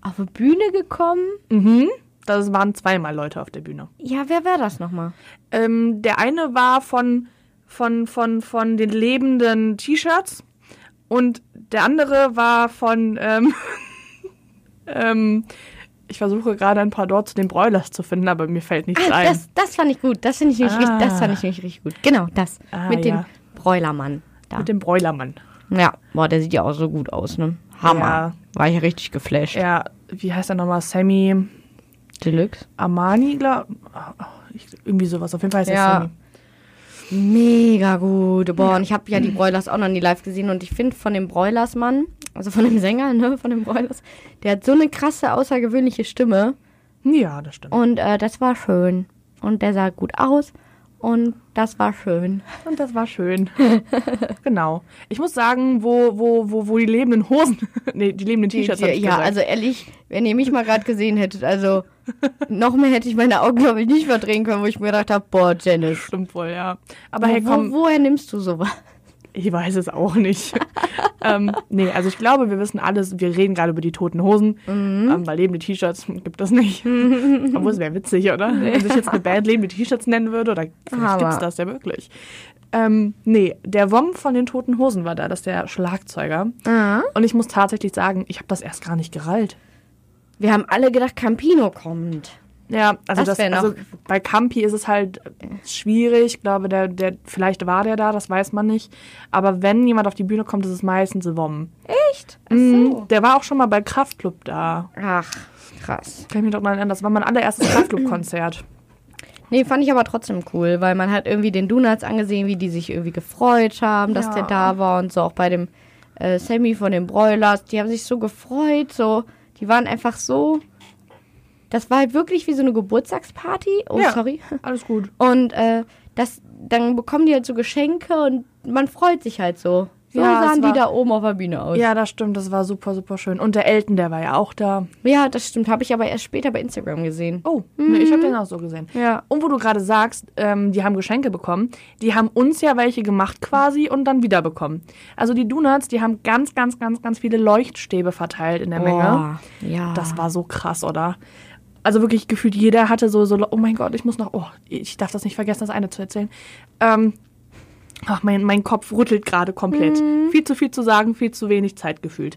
Speaker 1: auf die Bühne gekommen.
Speaker 2: Mhm. Das waren zweimal Leute auf der Bühne.
Speaker 1: Ja, wer war das nochmal?
Speaker 2: Ähm, der eine war von, von, von, von den lebenden T-Shirts und der andere war von. Ähm, ähm, ich versuche gerade ein paar dort zu den Broilers zu finden, aber mir fällt nichts
Speaker 1: Ah,
Speaker 2: ein.
Speaker 1: das, das fand ich gut. Das finde ich, nämlich richtig- das
Speaker 2: Ah.
Speaker 1: fand ich nämlich richtig gut. Genau, das.
Speaker 2: Ah,
Speaker 1: mit
Speaker 2: ja.
Speaker 1: dem Bräulermann. Da.
Speaker 2: Mit dem Broilermann.
Speaker 1: ja, boah, der sieht ja auch so gut aus, ne? Hammer. War ich ja richtig geflasht.
Speaker 2: Ja, wie heißt er nochmal? Sammy
Speaker 1: Deluxe.
Speaker 2: Armani, glaube ich. Irgendwie sowas. Auf jeden Fall heißt
Speaker 1: Ja.
Speaker 2: er Sammy.
Speaker 1: Mega gut. Boah, und ich habe ja die Broilers auch noch nie live gesehen und ich finde von dem Broilers-Mann, also von dem Sänger, ne, von dem Broilers, der hat so eine krasse, außergewöhnliche Stimme
Speaker 2: Ja, das stimmt.
Speaker 1: und äh, das war schön. Und der sah gut aus und das war schön.
Speaker 2: Und das war schön. genau. Ich muss sagen, wo, wo, wo, wo die lebenden Hosen, nee, die lebenden T-Shirts, hab ich
Speaker 1: ja,
Speaker 2: gesagt.
Speaker 1: also ehrlich, wenn ihr mich mal gerade gesehen hättet, also noch mehr hätte ich meine Augen, glaube ich, nicht verdrehen können, wo ich mir gedacht habe, boah, Janice,
Speaker 2: Stimmt wohl, ja. Aber hey,
Speaker 1: wo,
Speaker 2: komm,
Speaker 1: wo, woher nimmst du sowas?
Speaker 2: ich weiß es auch nicht. ähm, nee, also ich glaube, wir wissen alles. Wir reden gerade über die toten Hosen. Ähm, weil lebende T-Shirts gibt es nicht. Obwohl, es wäre witzig, oder? Wenn sich jetzt eine Band lebende T-Shirts nennen würde, oder vielleicht
Speaker 1: Aber-
Speaker 2: gibt es das ja wirklich. Ähm, nee, der Wom von den Toten Hosen war da, das ist der Schlagzeuger.
Speaker 1: Ah.
Speaker 2: Und ich muss tatsächlich sagen, ich habe das erst gar nicht gerallt.
Speaker 1: Wir haben alle gedacht, Campino kommt.
Speaker 2: Ja, also,
Speaker 1: Das
Speaker 2: das
Speaker 1: wär noch-
Speaker 2: also bei Campi ist es halt schwierig. Ich glaube, der, der, vielleicht war der da, das weiß man nicht. Aber wenn jemand auf die Bühne kommt, ist es meistens Wom. Mhm.
Speaker 1: Echt? Ach so.
Speaker 2: Der war auch schon mal bei Kraftclub da.
Speaker 1: Mhm. Ach, krass.
Speaker 2: Kann ich mich doch mal erinnern, das war mein allererstes Kraftclub-Konzert.
Speaker 1: Nee, fand ich aber trotzdem cool, weil man hat irgendwie den Donuts angesehen, wie die sich irgendwie gefreut haben, dass
Speaker 2: Ja.
Speaker 1: der da war und so auch bei dem äh, Sammy von den Broilers, die haben sich so gefreut, so, die waren einfach so. Das war halt wirklich wie so eine Geburtstagsparty. Oh,
Speaker 2: Ja.
Speaker 1: sorry.
Speaker 2: Alles gut.
Speaker 1: Und äh, das, dann bekommen die halt so Geschenke und man freut sich halt so. So
Speaker 2: Ja, es
Speaker 1: sahen die
Speaker 2: war-
Speaker 1: da oben auf der Bühne aus.
Speaker 2: Ja, das stimmt, das war super, super schön. Und der Elton, der war ja auch da.
Speaker 1: Ja, das stimmt. Habe ich aber erst später bei Instagram gesehen.
Speaker 2: Oh, nee, ich habe den auch so gesehen.
Speaker 1: Mhm. Ja.
Speaker 2: Und wo du gerade sagst, ähm, die haben Geschenke bekommen, die haben uns ja welche gemacht quasi und dann wieder bekommen. Also die Donuts, die haben ganz, ganz, ganz, ganz viele Leuchtstäbe verteilt in der Menge.
Speaker 1: Boah, ja.
Speaker 2: Das war so krass, oder? Also wirklich gefühlt jeder hatte so, so oh mein Gott, ich muss noch, oh, ich darf das nicht vergessen, das eine zu erzählen. Ähm, ach, mein, mein Kopf rüttelt gerade komplett.
Speaker 1: Mhm.
Speaker 2: Viel zu viel zu sagen, viel zu wenig Zeit gefühlt.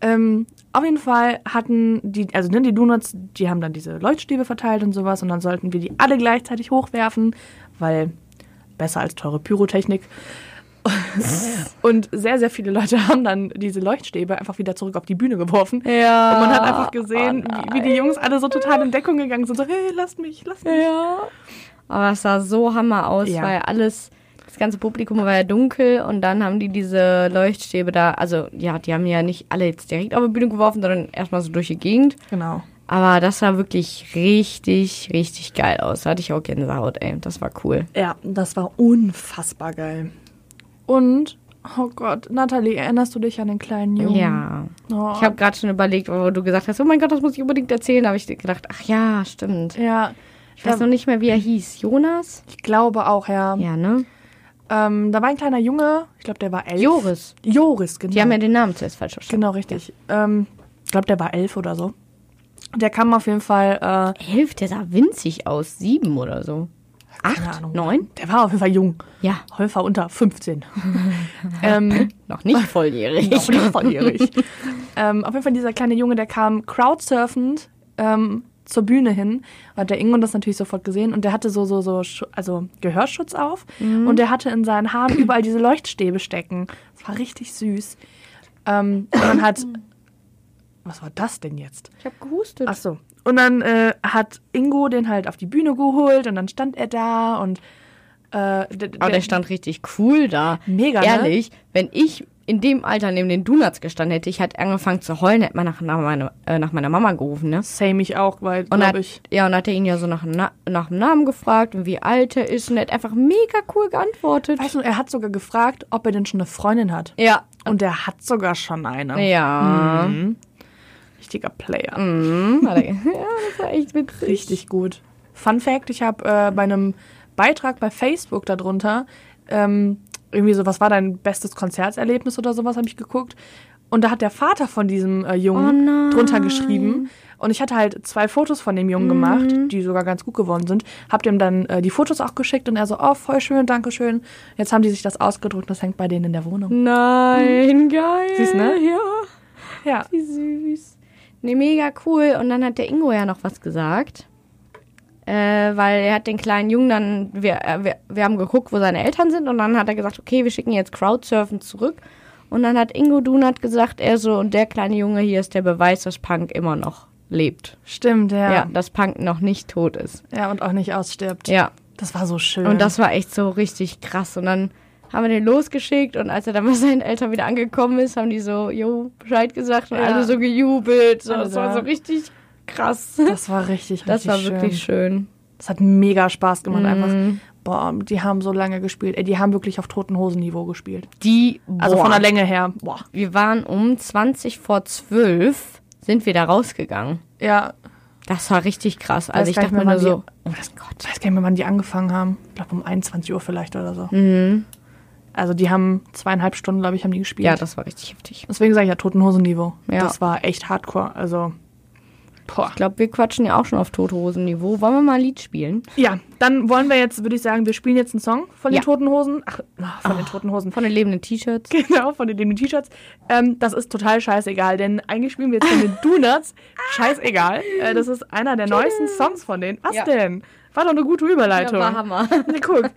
Speaker 2: Ähm, auf jeden Fall hatten die, also ne, die Donuts, die haben dann diese Leuchtstäbe verteilt und sowas und dann sollten wir die alle gleichzeitig hochwerfen, weil besser als teure Pyrotechnik. Und sehr, sehr viele Leute haben dann diese Leuchtstäbe einfach wieder zurück auf die Bühne geworfen.
Speaker 1: Ja.
Speaker 2: Und man hat
Speaker 1: Oh
Speaker 2: einfach gesehen, wie, wie die Jungs alle so total in Deckung gegangen sind. So, hey, lasst mich, lasst mich.
Speaker 1: Ja. Aber es sah so hammer aus,
Speaker 2: Ja.
Speaker 1: weil alles, das ganze Publikum war ja dunkel und dann haben die diese Leuchtstäbe da, also ja, die haben ja nicht alle jetzt direkt auf die Bühne geworfen, sondern erstmal so durch die Gegend.
Speaker 2: Genau.
Speaker 1: Aber das sah wirklich richtig, richtig geil aus. Da hatte ich auch Gänsehaut, ey. Das war cool.
Speaker 2: Ja, das war unfassbar geil. Und, oh Gott, Nathalie, erinnerst du dich an den kleinen Jungen?
Speaker 1: Ja.
Speaker 2: Oh.
Speaker 1: Ich habe gerade schon überlegt, wo du gesagt hast, oh mein Gott, das muss ich unbedingt erzählen. Da habe ich gedacht, ach ja, stimmt.
Speaker 2: Ja, Mhm.
Speaker 1: Ich weiß noch nicht mehr, wie er hieß. Jonas?
Speaker 2: ich glaube auch, ja.
Speaker 1: Ja, ne?
Speaker 2: Ähm, da war ein kleiner Junge, ich glaube, der war elf.
Speaker 1: Joris.
Speaker 2: Joris, genau.
Speaker 1: Die haben ja den Namen zuerst falsch verstanden.
Speaker 2: genau, richtig. Ähm, ich glaube, der war elf oder so. Der kam auf jeden Fall, äh,
Speaker 1: Elf, der sah winzig aus. Sieben oder so.
Speaker 2: keine
Speaker 1: Acht?
Speaker 2: Ahnung.
Speaker 1: Neun?
Speaker 2: Der war auf jeden Fall jung.
Speaker 1: Ja.
Speaker 2: Auf jeden Fall unter 15. ähm,
Speaker 1: Noch nicht volljährig.
Speaker 2: noch nicht volljährig. ähm, auf jeden Fall dieser kleine Junge, der kam crowdsurfend ähm, zur Bühne hin. Hat der Ingo das natürlich sofort gesehen und der hatte so, so, so, Schu- also Gehörschutz auf
Speaker 1: Mhm.
Speaker 2: und der hatte in seinen Haaren überall diese Leuchtstäbe stecken. Das war richtig süß. Ähm, und dann hat. Was war das denn jetzt?
Speaker 1: Ich habe gehustet.
Speaker 2: Ach so. Und dann äh, hat Ingo den halt auf die Bühne geholt und dann stand er da und. Äh, d-
Speaker 1: Aber Ah, der stand richtig cool da.
Speaker 2: Mega, ne?
Speaker 1: Ehrlich, wenn ich in dem Alter neben den Donuts gestanden hätte, ich hätte angefangen zu heulen, hätte man nach, nach, meine, äh, nach meiner Mama gerufen, ne?
Speaker 2: Same ich auch, weil,
Speaker 1: Und hat,
Speaker 2: glaube ich.
Speaker 1: ja, und hat er ihn ja so nach, dem Na nach dem Namen gefragt und wie alt er ist und er hat einfach mega cool geantwortet.
Speaker 2: Weißt du, er hat sogar gefragt, ob er denn schon eine Freundin hat.
Speaker 1: Ja.
Speaker 2: Und er hat sogar schon eine.
Speaker 1: Ja.
Speaker 2: Richtiger Player.
Speaker 1: Mhm. Hat er- ja, das war echt witzig.
Speaker 2: Hm. Richtig gut. Fun Fact: Ich habe äh, bei einem Beitrag bei Facebook darunter ähm, irgendwie so, was war dein bestes Konzerterlebnis oder sowas, habe ich geguckt. Und da hat der Vater von diesem äh,
Speaker 1: Oh
Speaker 2: Jungen
Speaker 1: nein. Mhm.
Speaker 2: drunter geschrieben. Und ich hatte halt zwei Fotos von dem Jungen gemacht, die sogar ganz gut geworden sind. Hab dem dann äh, die Fotos auch geschickt und er so, oh, voll schön, danke schön. Jetzt haben die sich das ausgedruckt, das hängt bei denen in der Wohnung.
Speaker 1: Nein, geil.
Speaker 2: Süß, ne?
Speaker 1: Ja.
Speaker 2: Ja.
Speaker 1: Wie süß. Nee, mega cool. Und dann hat der Ingo ja noch was gesagt. Äh, weil er hat den kleinen Jungen dann, wir, äh, wir, wir haben geguckt, wo seine Eltern sind und dann hat er gesagt, okay, wir schicken jetzt Crowdsurfen zurück. Und dann hat Ingo Dunat gesagt, er so, und der kleine Junge hier ist der Beweis, dass Punk immer noch lebt.
Speaker 2: Stimmt,
Speaker 1: Ja,
Speaker 2: ja. ja.
Speaker 1: dass Punk noch nicht tot ist.
Speaker 2: und auch nicht ausstirbt.
Speaker 1: Ja.
Speaker 2: Das war so schön.
Speaker 1: Und das war echt so richtig krass. Und dann haben wir den losgeschickt und als er dann bei seinen Eltern wieder angekommen ist, haben die so, jo, Bescheid gesagt und
Speaker 2: Ja.
Speaker 1: alle so gejubelt. So,
Speaker 2: Alle
Speaker 1: das war
Speaker 2: da.
Speaker 1: so richtig krass.
Speaker 2: das war richtig, richtig
Speaker 1: Das war
Speaker 2: schön. Mhm.
Speaker 1: wirklich schön.
Speaker 2: Das hat mega Spaß gemacht. Einfach, boah, die haben so lange gespielt. Ey, die haben wirklich auf Totenhosen-Niveau gespielt.
Speaker 1: Die,
Speaker 2: Also
Speaker 1: boah,
Speaker 2: von der Länge her, boah.
Speaker 1: wir waren um 20 vor 12 sind wir da rausgegangen.
Speaker 2: Ja,
Speaker 1: Das war richtig krass. Also ich
Speaker 2: gar nicht
Speaker 1: dachte mir
Speaker 2: mehr,
Speaker 1: nur so, oh mein
Speaker 2: wann
Speaker 1: Gott.
Speaker 2: ich weiß gar nicht mehr, wann die angefangen haben. Ich glaube um 21 Uhr vielleicht oder so. Also die haben zweieinhalb Stunden, glaube ich, haben die gespielt.
Speaker 1: Ja, das war richtig heftig.
Speaker 2: Deswegen sage ich ja Totenhosen-Niveau.
Speaker 1: Ja.
Speaker 2: Das war echt hardcore. Also Boah.
Speaker 1: Ich glaube, wir quatschen ja auch schon auf Tote-Hosen-Niveau. Wollen wir mal ein Lied spielen?
Speaker 2: Ja, dann wollen wir jetzt, würde ich sagen, wir spielen jetzt einen Song von
Speaker 1: Ja.
Speaker 2: den Toten Hosen. Ach, na, von den Toten Hosen.
Speaker 1: Von den lebenden T-Shirts.
Speaker 2: Genau, von den lieben T-Shirts. Ähm, das ist total scheißegal, denn eigentlich spielen wir jetzt von den Donuts. scheißegal. Äh, das ist einer der neuesten Songs von denen. Was
Speaker 1: Ja.
Speaker 2: denn? War doch eine gute Überleitung.
Speaker 1: Ja, war Hammer.
Speaker 2: Na, Guck.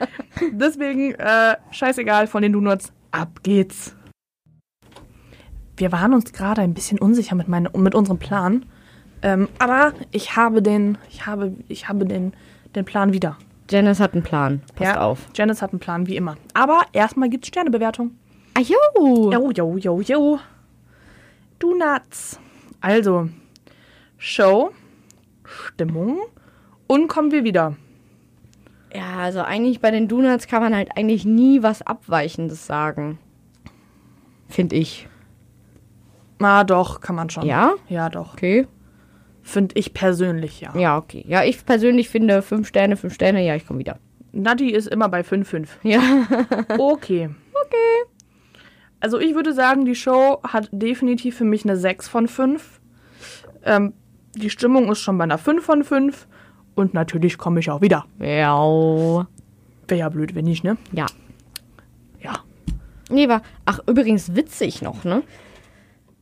Speaker 2: Deswegen, äh, scheißegal, von den Donuts. Ab geht's. Wir waren uns gerade ein bisschen unsicher mit, meinen, mit unserem Plan. Ähm, aber ich habe den, ich habe, ich habe den, den Plan wieder.
Speaker 1: Janice hat einen Plan. Passt auf.
Speaker 2: Janice hat einen Plan, wie immer. Aber erstmal gibt's Sternebewertung.
Speaker 1: Ah, Ajo!
Speaker 2: Jo, jo, jo, jo. Du Nuts. Also, Show, Stimmung und kommen wir wieder.
Speaker 1: Ja, also eigentlich bei den Donuts kann man halt eigentlich nie was Abweichendes sagen. Find ich.
Speaker 2: Na doch, kann man schon.
Speaker 1: Ja?
Speaker 2: Ja, doch.
Speaker 1: Okay.
Speaker 2: Finde ich persönlich, ja.
Speaker 1: Ja, okay. Ja, ich persönlich finde fünf Sterne, fünf Sterne, ja, ich komme wieder.
Speaker 2: Nadi ist immer bei 5,5.
Speaker 1: Ja.
Speaker 2: Okay. okay. Also ich würde sagen, die Show hat definitiv für mich eine 6 von 5. Ähm, die Stimmung ist schon bei einer 5 von 5. Und natürlich komme ich auch wieder.
Speaker 1: Ja.
Speaker 2: Wäre ja blöd, wenn nicht, ne?
Speaker 1: Ja.
Speaker 2: Ja.
Speaker 1: Nee, war. Ach, übrigens witzig noch, ne?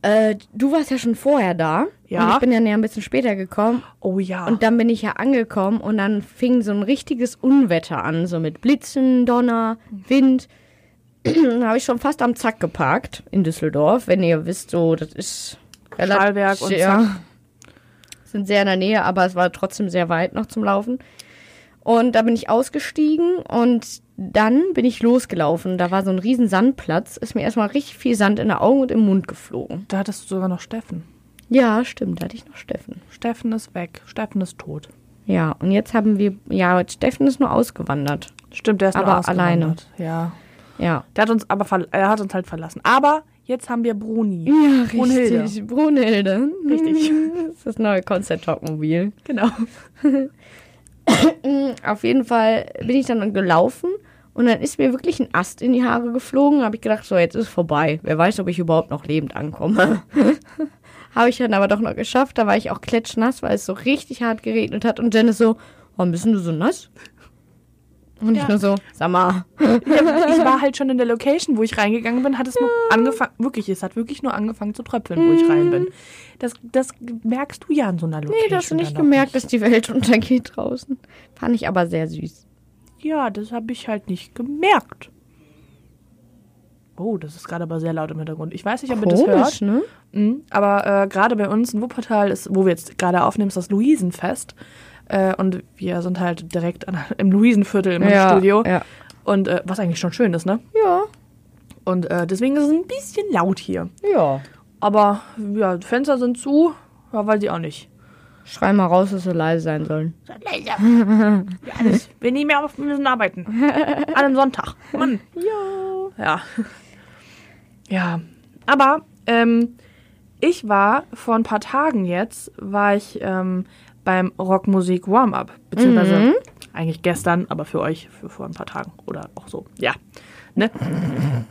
Speaker 1: Äh, du warst ja schon vorher da.
Speaker 2: Ja.
Speaker 1: Und ich bin ja näher ein bisschen später gekommen.
Speaker 2: Oh ja.
Speaker 1: Und dann bin ich ja angekommen und dann fing so ein richtiges Unwetter an, so mit Blitzen, Donner, Wind. dann habe ich schon fast am Zack geparkt in Düsseldorf, wenn ihr wisst, so, das ist. relat-
Speaker 2: Stahlwerk und
Speaker 1: ja, Sind sehr in der Nähe, aber es war trotzdem sehr weit noch zum Laufen. Und da bin ich ausgestiegen und dann bin ich losgelaufen. Da war so ein riesen Sandplatz. Ist mir erstmal richtig viel Sand in den Augen und im Mund geflogen.
Speaker 2: Da hattest du sogar noch Steffen.
Speaker 1: Ja, stimmt, da hatte ich noch Steffen.
Speaker 2: Steffen ist weg. Steffen ist tot.
Speaker 1: Ja, und jetzt haben wir, ja, Steffen ist nur ausgewandert.
Speaker 2: Stimmt, der ist
Speaker 1: Aber
Speaker 2: nur ausgewandert. Ja.
Speaker 1: Ja.
Speaker 2: Der hat uns aber verl- er hat uns halt verlassen. Aber jetzt haben wir Bruni.
Speaker 1: Ja,
Speaker 2: Brunhilde.
Speaker 1: richtig. Brunhilde.
Speaker 2: Richtig.
Speaker 1: Das ist das neue Concert Talk Mobil.
Speaker 2: Genau.
Speaker 1: Mm, Auf jeden Fall bin ich dann gelaufen und dann ist mir wirklich ein Ast in die Haare geflogen. Habe ich gedacht, so, jetzt ist vorbei. Wer weiß, ob ich überhaupt noch lebend ankomme. Habe ich dann aber doch noch geschafft. Da war ich auch klatschnass, weil es so richtig hart geregnet hat. Und Janice so, warum bist denn du so nass? Und ich
Speaker 2: Ja.
Speaker 1: nur so, sag mal.
Speaker 2: Ich, hab, ich war halt schon in der Location, wo ich reingegangen bin, hat es nur angefangen, wirklich, es hat wirklich nur angefangen zu tröpfeln, wo ich rein bin. Das, das merkst du ja in so einer Location.
Speaker 1: Nee, das hast du nicht
Speaker 2: dann auch
Speaker 1: gemerkt, dass die Welt untergeht draußen. Fand ich aber sehr süß.
Speaker 2: nicht. Ja, das habe ich halt nicht gemerkt. Oh, das ist gerade aber sehr laut im Hintergrund. Ich weiß nicht, ob ihr das hört.
Speaker 1: ne?
Speaker 2: Mhm, aber äh, gerade bei uns in Wuppertal ist, wo wir jetzt gerade aufnehmen, ist das Luisenfest. Äh, und wir sind halt direkt an, im Luisenviertel im
Speaker 1: Ja,
Speaker 2: Studio.
Speaker 1: ja.
Speaker 2: Und äh, was eigentlich schon schön ist, ne?
Speaker 1: Ja,
Speaker 2: Und äh, deswegen ist es ein bisschen laut hier.
Speaker 1: ja.
Speaker 2: Aber ja, die Fenster sind zu, ja, weiß ich auch nicht.
Speaker 1: Schrei mal raus, dass wir leise sein sollen.
Speaker 2: Seid leise. ja, alles. Wir nehmen ja auf, wir müssen arbeiten. An einem Sonntag. Mann.
Speaker 1: Ja.
Speaker 2: Ja. Ja. Aber ähm, ich war vor ein paar Tagen jetzt, war ich ähm, beim Rockmusik Warm-Up. Beziehungsweise eigentlich gestern, aber für euch für vor ein paar Tagen oder auch so. Ja. Ne?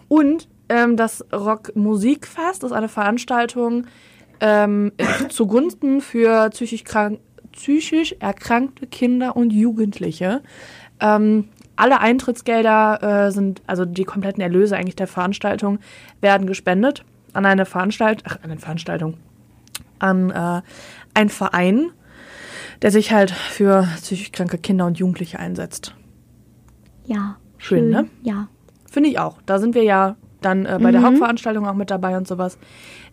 Speaker 2: Und ähm, das Rockmusikfest ist eine Veranstaltung ähm, zugunsten für psychisch, krank, psychisch erkrankte Kinder und Jugendliche. Ähm, alle Eintrittsgelder äh, sind, also die kompletten Erlöse eigentlich der Veranstaltung, werden gespendet an eine Veranstaltung, ach, an eine Veranstaltung, an äh, einen Verein, der sich halt für psychisch kranke Kinder und Jugendliche einsetzt.
Speaker 1: Ja.
Speaker 2: Schön, ne?
Speaker 1: Ja.
Speaker 2: Finde ich auch. Da sind wir ja dann äh, bei der Hauptveranstaltung auch mit dabei und sowas,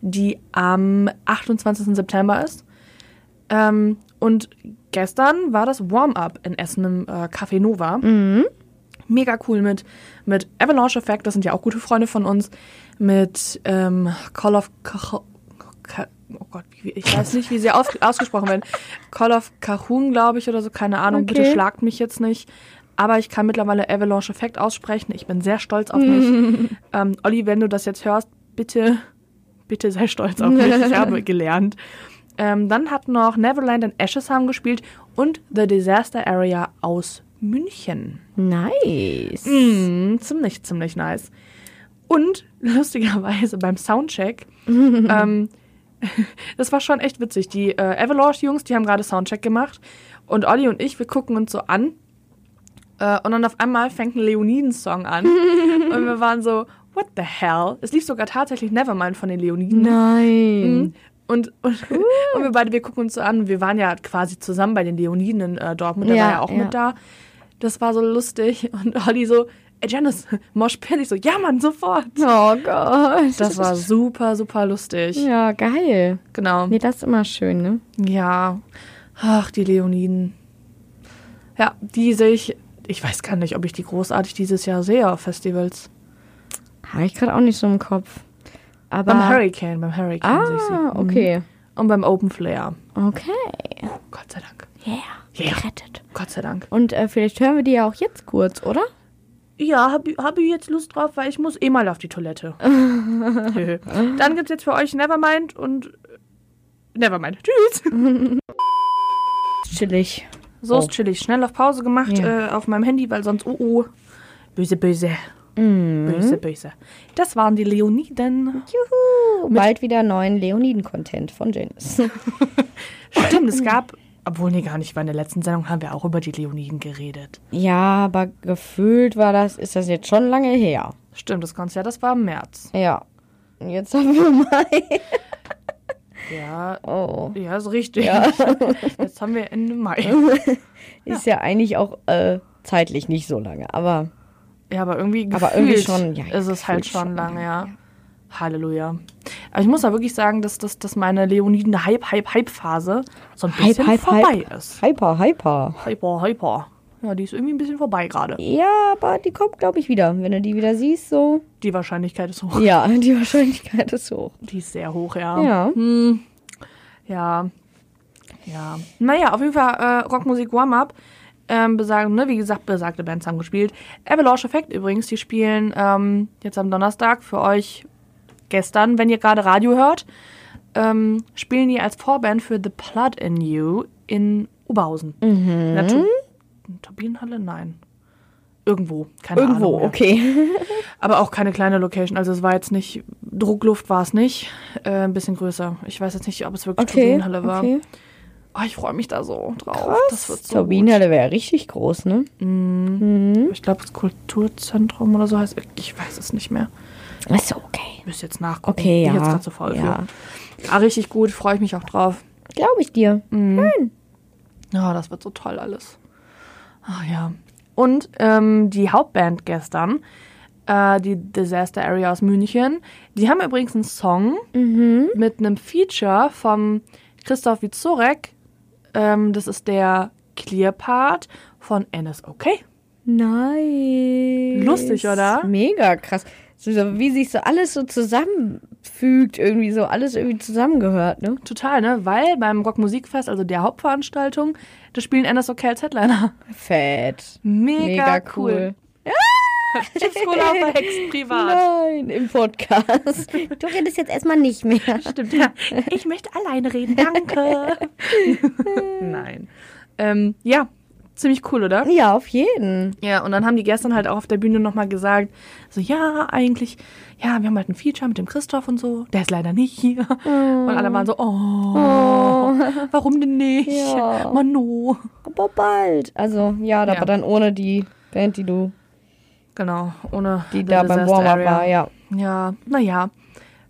Speaker 2: die am 28. September ist. Ähm, und gestern war das Warm-up in Essen im äh, Café Nova. Mega cool mit, mit Avalanche Effect, das sind ja auch gute Freunde von uns, mit ähm, Call of Cach- Ca- Oh Gott, wie- ich weiß nicht, wie sie auf, ausgesprochen werden. Call of Cajun, glaube ich, oder so, keine Ahnung.
Speaker 1: Okay.
Speaker 2: Bitte schlagt mich jetzt nicht. Aber ich kann mittlerweile Avalanche Effect aussprechen. Ich bin sehr stolz auf mich. ähm, Olli, wenn du das jetzt hörst, bitte, bitte sei stolz auf mich. Ich habe gelernt. Ähm, dann hat noch Neverland and Ashes haben gespielt und The Disaster Area aus München.
Speaker 1: Nice.
Speaker 2: Mm, ziemlich, ziemlich nice. Und lustigerweise beim Soundcheck ähm, Das war schon echt witzig. Die äh, Avalanche-Jungs, die haben gerade Soundcheck gemacht. Und Olli und ich, wir gucken uns so an. Äh, und dann auf einmal fängt ein Leoniden-Song an. und wir waren so, what the hell? Es lief sogar tatsächlich Nevermind von den Leoniden.
Speaker 1: Nein.
Speaker 2: Mhm. Und, und, und wir beide, wir gucken uns so an. Wir waren ja quasi zusammen bei den Leoniden in äh, Dortmund. Der
Speaker 1: Ja,
Speaker 2: war ja auch
Speaker 1: ja.
Speaker 2: mit da. Das war so lustig. Und Olli so, ey Janice, Mosh Pit. Ich so, ja Mann, sofort.
Speaker 1: Oh Gott.
Speaker 2: Das war super, super lustig.
Speaker 1: Ja, geil.
Speaker 2: Genau.
Speaker 1: Nee, das ist immer schön, ne?
Speaker 2: Ja. Ach, die Leoniden. Ja, die sehe ich. Ich weiß gar nicht, ob ich die großartig dieses Jahr sehe auf Festivals.
Speaker 1: Habe ich gerade auch nicht so im Kopf. Aber
Speaker 2: Beim Hurricane, beim Hurricane sehe ich sie.
Speaker 1: Ah, okay.
Speaker 2: Und beim Open Flair.
Speaker 1: Okay.
Speaker 2: Oh, Gott sei Dank.
Speaker 1: Yeah.
Speaker 2: Ja.
Speaker 1: Gerettet.
Speaker 2: Gott sei Dank.
Speaker 1: Und äh, vielleicht hören wir die ja auch jetzt kurz, oder?
Speaker 2: Ja, habe hab ich jetzt Lust drauf, weil ich muss eh mal auf die Toilette. Hö. Dann gibt's jetzt für euch Nevermind und äh, Nevermind. Tschüss.
Speaker 1: Chillig.
Speaker 2: So
Speaker 1: Oh.
Speaker 2: ist chillig. Schnell auf Pause gemacht äh, auf meinem Handy, weil sonst oh oh. Böse, böse.
Speaker 1: Mhm.
Speaker 2: Böse, böse. Das waren die Leoniden.
Speaker 1: Juhu. Bald wieder neuen Leoniden-Content von Janice.
Speaker 2: Stimmt, es gab, obwohl nee, gar nicht, weil in der letzten Sendung haben wir auch über die Leoniden geredet.
Speaker 1: ja, aber gefühlt war das, ist das jetzt schon lange her.
Speaker 2: Stimmt, das ganze Jahr, das war im März.
Speaker 1: Ja. Und Jetzt haben wir Mai.
Speaker 2: Ja,
Speaker 1: Oh.
Speaker 2: ja, ist richtig. Jetzt haben wir Ende Mai.
Speaker 1: Ist ja eigentlich auch äh, zeitlich nicht so lange, aber
Speaker 2: Ja, aber irgendwie
Speaker 1: Aber irgendwie schon,
Speaker 2: gefühlt
Speaker 1: ja,
Speaker 2: ist es halt
Speaker 1: gefühlt
Speaker 2: schon
Speaker 1: schon
Speaker 2: lange, ja. Halleluja. Aber ich muss da wirklich sagen, dass, dass, dass meine Leoniden-Hype-Hype-Hype-Phase so ein bisschen vorbei ist.
Speaker 1: Hyper, hyper.
Speaker 2: Hyper, hyper. Ja, die ist irgendwie ein bisschen vorbei gerade.
Speaker 1: Ja, aber die kommt, glaube ich, wieder. Wenn du die wieder siehst, so.
Speaker 2: Die Wahrscheinlichkeit ist hoch.
Speaker 1: Ja, die Wahrscheinlichkeit ist hoch.
Speaker 2: Die ist sehr hoch, ja.
Speaker 1: Ja.
Speaker 2: Hm. Ja. Ja. Naja, auf jeden Fall äh, Rockmusik Warm-Up. Ähm, besagen, ne, wie gesagt, besagte Bands haben gespielt. Avalanche Effect übrigens, die spielen ähm, jetzt am Donnerstag für euch gestern, wenn ihr gerade Radio hört, ähm, spielen die als Vorband für The Blood in You in Oberhausen.
Speaker 1: Mhm.
Speaker 2: In der Tu- Turbinenhalle? Nein. Irgendwo, keine Ahnung.
Speaker 1: Irgendwo,
Speaker 2: mehr.
Speaker 1: okay.
Speaker 2: Aber auch keine kleine Location. Also es war jetzt nicht, Druckluft war es nicht. Äh, ein bisschen größer. Ich weiß jetzt nicht, ob es wirklich
Speaker 1: Okay.
Speaker 2: Turbinenhalle war.
Speaker 1: okay.
Speaker 2: Oh, ich freue mich da so drauf. Das wird so
Speaker 1: Turbinenhalle wäre ja richtig groß, ne?
Speaker 2: gut. Ich glaube, das Kulturzentrum oder so heißt Ich weiß es nicht mehr.
Speaker 1: Ist okay.
Speaker 2: Müsst jetzt nachgucken.
Speaker 1: Okay, ja.
Speaker 2: Bin jetzt gerade zu faul
Speaker 1: ja.
Speaker 2: für. Ah, richtig gut. Freue ich mich auch drauf.
Speaker 1: Glaube ich dir.
Speaker 2: Ja, das wird so toll alles. Ach ja. Und ähm, die Hauptband gestern, äh, die Disaster Area aus München, die haben übrigens einen Song mit einem Feature vom Christoph Wizorek. Ähm, das ist der Clear-Part von NSOK.
Speaker 1: Nice.
Speaker 2: Lustig, oder?
Speaker 1: Mega krass. So, so, wie sich so alles so zusammenfügt, irgendwie so alles irgendwie zusammengehört, ne?
Speaker 2: Total, ne? Weil beim Rockmusikfest, also der Hauptveranstaltung, da spielen NSOK als Headliner.
Speaker 1: Fett.
Speaker 2: Mega, cool. Chips Cola verhext privat.
Speaker 1: Nein, im Podcast. Du redest jetzt erstmal nicht mehr.
Speaker 2: Stimmt, ja. Ich möchte alleine reden, danke. Nein. Ähm, ja, ziemlich cool, oder?
Speaker 1: Ja, auf jeden.
Speaker 2: Ja, und dann haben die gestern halt auch auf der Bühne nochmal gesagt, so, ja, eigentlich, ja, wir haben halt ein Feature mit dem Christoph und so, der ist leider nicht hier. Und alle waren so, oh, warum denn nicht?
Speaker 1: Ja.
Speaker 2: Manu.
Speaker 1: Aber bald. Also, ja, aber
Speaker 2: Ja.
Speaker 1: dann ohne die Band, die du,
Speaker 2: Genau, ohne
Speaker 1: die
Speaker 2: The
Speaker 1: da beim
Speaker 2: Disaster
Speaker 1: Warm-Up
Speaker 2: Area.
Speaker 1: war, ja.
Speaker 2: Ja, naja.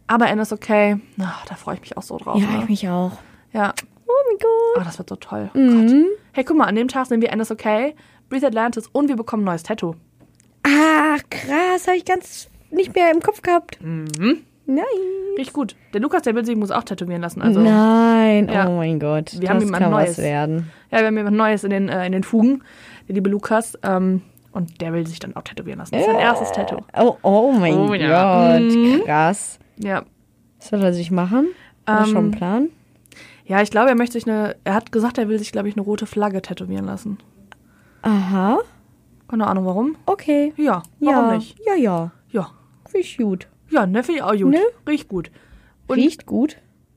Speaker 2: Aber Anne ist okay. Na, da freue ich mich auch so drauf.
Speaker 1: Ja, ich
Speaker 2: ne?
Speaker 1: mich auch.
Speaker 2: ja.
Speaker 1: Oh mein Gott. Mhm.
Speaker 2: Oh, das wird so toll. Oh Gott. Hey, guck mal, an dem Tag sind wir Anne ist okay, Breathe Atlantis und wir bekommen ein neues Tattoo.
Speaker 1: Ach, krass, habe ich ganz nicht mehr im Kopf gehabt.
Speaker 2: Mhm.
Speaker 1: Nein.
Speaker 2: Richtig gut. Der Lukas, der will sich, muss auch tätowieren lassen. Also,
Speaker 1: Nein,
Speaker 2: Ja.
Speaker 1: oh mein Gott.
Speaker 2: Wir
Speaker 1: das
Speaker 2: haben jemand
Speaker 1: kann was
Speaker 2: Neues.
Speaker 1: werden.
Speaker 2: ja, wir haben jemand Neues in den, äh, in den Fugen. Der liebe Lukas. Ähm, und der will sich dann auch tätowieren lassen. Das ist sein erstes Tattoo.
Speaker 1: Oh, oh mein
Speaker 2: Oh
Speaker 1: Gott,
Speaker 2: ja. Mhm.
Speaker 1: krass.
Speaker 2: Ja.
Speaker 1: Was soll er sich machen? Hat er
Speaker 2: Ähm,
Speaker 1: schon einen Plan?
Speaker 2: Ja, ich glaube, er möchte sich eine. Er hat gesagt, er will sich, glaube ich, eine rote Flagge tätowieren lassen.
Speaker 1: Aha,
Speaker 2: Keine Ahnung warum.
Speaker 1: okay.
Speaker 2: Ja, warum
Speaker 1: Ja,
Speaker 2: nicht?
Speaker 1: ja, ja.
Speaker 2: Ja.
Speaker 1: Riecht gut.
Speaker 2: Ja, ne, finde ich auch gut.
Speaker 1: Ne?
Speaker 2: Riecht gut. Und
Speaker 1: Riecht gut.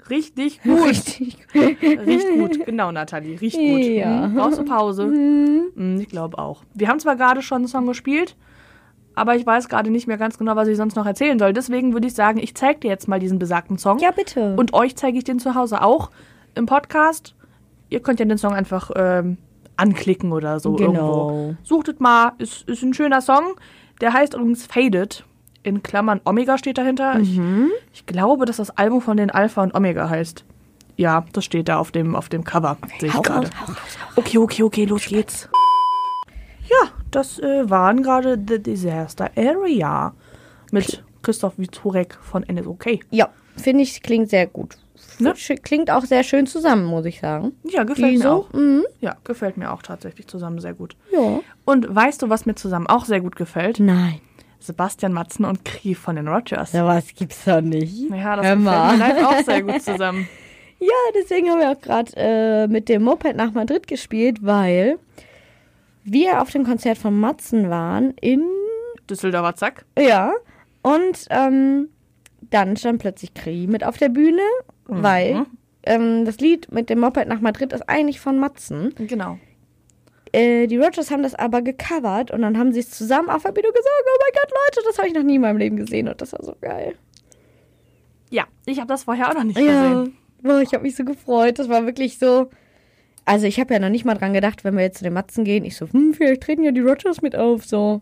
Speaker 2: Richtig gut.
Speaker 1: Richtig gut.
Speaker 2: Riecht gut. Genau, Nathalie. Riecht gut. Mhm.
Speaker 1: Ja.
Speaker 2: Hm, brauchst du Pause? Hm, ich glaube auch. Wir haben zwar gerade schon einen Song gespielt, aber ich weiß gerade nicht mehr ganz genau, was ich sonst noch erzählen soll. Deswegen würde ich sagen, ich zeige dir jetzt mal diesen besagten Song.
Speaker 1: Ja, bitte.
Speaker 2: Und euch zeige ich den zu Hause auch im Podcast. Ihr könnt ja den Song einfach ähm, anklicken oder so
Speaker 1: Genau.
Speaker 2: irgendwo. Suchtet mal, ist, ist ein schöner Song. Der heißt übrigens Faded. In Klammern Omega steht dahinter.
Speaker 1: Mhm.
Speaker 2: Ich, ich glaube, dass das Album von den Alpha und Omega heißt. Ja, das steht da auf dem, auf dem Cover. Sehe ich
Speaker 1: Hau
Speaker 2: gerade.
Speaker 1: raus, hau raus, hau raus.
Speaker 2: Okay, okay, okay, los geht's. Ja, das äh, waren gerade The Disaster Area mit Christoph Witzurek von NSOK.
Speaker 1: Ja, finde ich, klingt sehr gut.
Speaker 2: Ne?
Speaker 1: Sch- Klingt auch sehr schön zusammen, muss ich sagen.
Speaker 2: Ja, gefällt
Speaker 1: Die
Speaker 2: mir
Speaker 1: so?
Speaker 2: auch.
Speaker 1: Mhm.
Speaker 2: Ja, gefällt mir auch tatsächlich zusammen sehr gut.
Speaker 1: Ja.
Speaker 2: Und weißt du, was mir zusammen auch sehr gut gefällt?
Speaker 1: Nein.
Speaker 2: Sebastian Matzen und Kri von den Rogers. Ja,
Speaker 1: Sowas gibt's doch nicht.
Speaker 2: das
Speaker 1: Hör
Speaker 2: gefällt mir
Speaker 1: mal.
Speaker 2: live auch sehr gut zusammen.
Speaker 1: Ja, deswegen haben wir auch gerade äh, mit dem Moped nach Madrid gespielt, weil wir auf dem Konzert von Matzen waren in.
Speaker 2: Düsseldorfer Zack.
Speaker 1: Ja. Und ähm, dann stand plötzlich Kri mit auf der Bühne,
Speaker 2: Mhm.
Speaker 1: weil ähm, das Lied mit dem Moped nach Madrid ist eigentlich von Matzen.
Speaker 2: Genau.
Speaker 1: Äh, die Rogers haben das aber gecovert und dann haben sie es zusammen auf der Bühne gesungen. Oh mein Gott, Leute, das habe ich noch nie in meinem Leben gesehen und das war so geil.
Speaker 2: Ja, ich habe das vorher auch noch nicht
Speaker 1: Ja.
Speaker 2: gesehen.
Speaker 1: Boah, ich habe mich so gefreut. Das war wirklich so. Also, ich habe ja noch nicht mal dran gedacht, wenn wir jetzt zu den Matzen gehen. Ich so, hm, vielleicht treten ja die Rogers mit auf. So,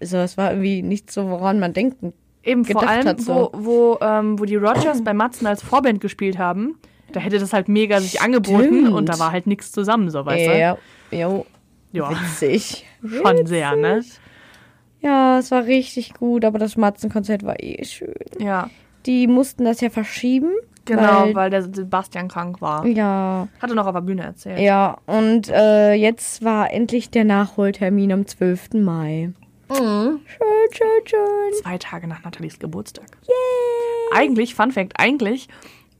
Speaker 1: so es war irgendwie nicht so, woran man denken.
Speaker 2: Eben vor
Speaker 1: Gedacht
Speaker 2: allem,
Speaker 1: hat so.
Speaker 2: wo, wo, ähm, wo die Rogers bei Matzen als Vorband gespielt haben, da hätte das halt mega sich angeboten
Speaker 1: Stimmt.
Speaker 2: und da war halt nichts zusammen, so weißt
Speaker 1: ja, jo,
Speaker 2: du? Ja,
Speaker 1: witzig.
Speaker 2: schon sehr, ne?
Speaker 1: Ja, es war richtig gut, aber das Matzenkonzert war eh schön.
Speaker 2: Ja,
Speaker 1: Die mussten das ja verschieben.
Speaker 2: genau, weil,
Speaker 1: Weil,
Speaker 2: der Sebastian krank war.
Speaker 1: ja,
Speaker 2: Hatte noch auf der Bühne erzählt.
Speaker 1: ja. Und äh, jetzt war endlich der Nachholtermin am 12. Mai.
Speaker 2: Mhm.
Speaker 1: Schön, schön, schön.
Speaker 2: Zwei Tage nach Nathalies Geburtstag. Eigentlich, Fun Fact, eigentlich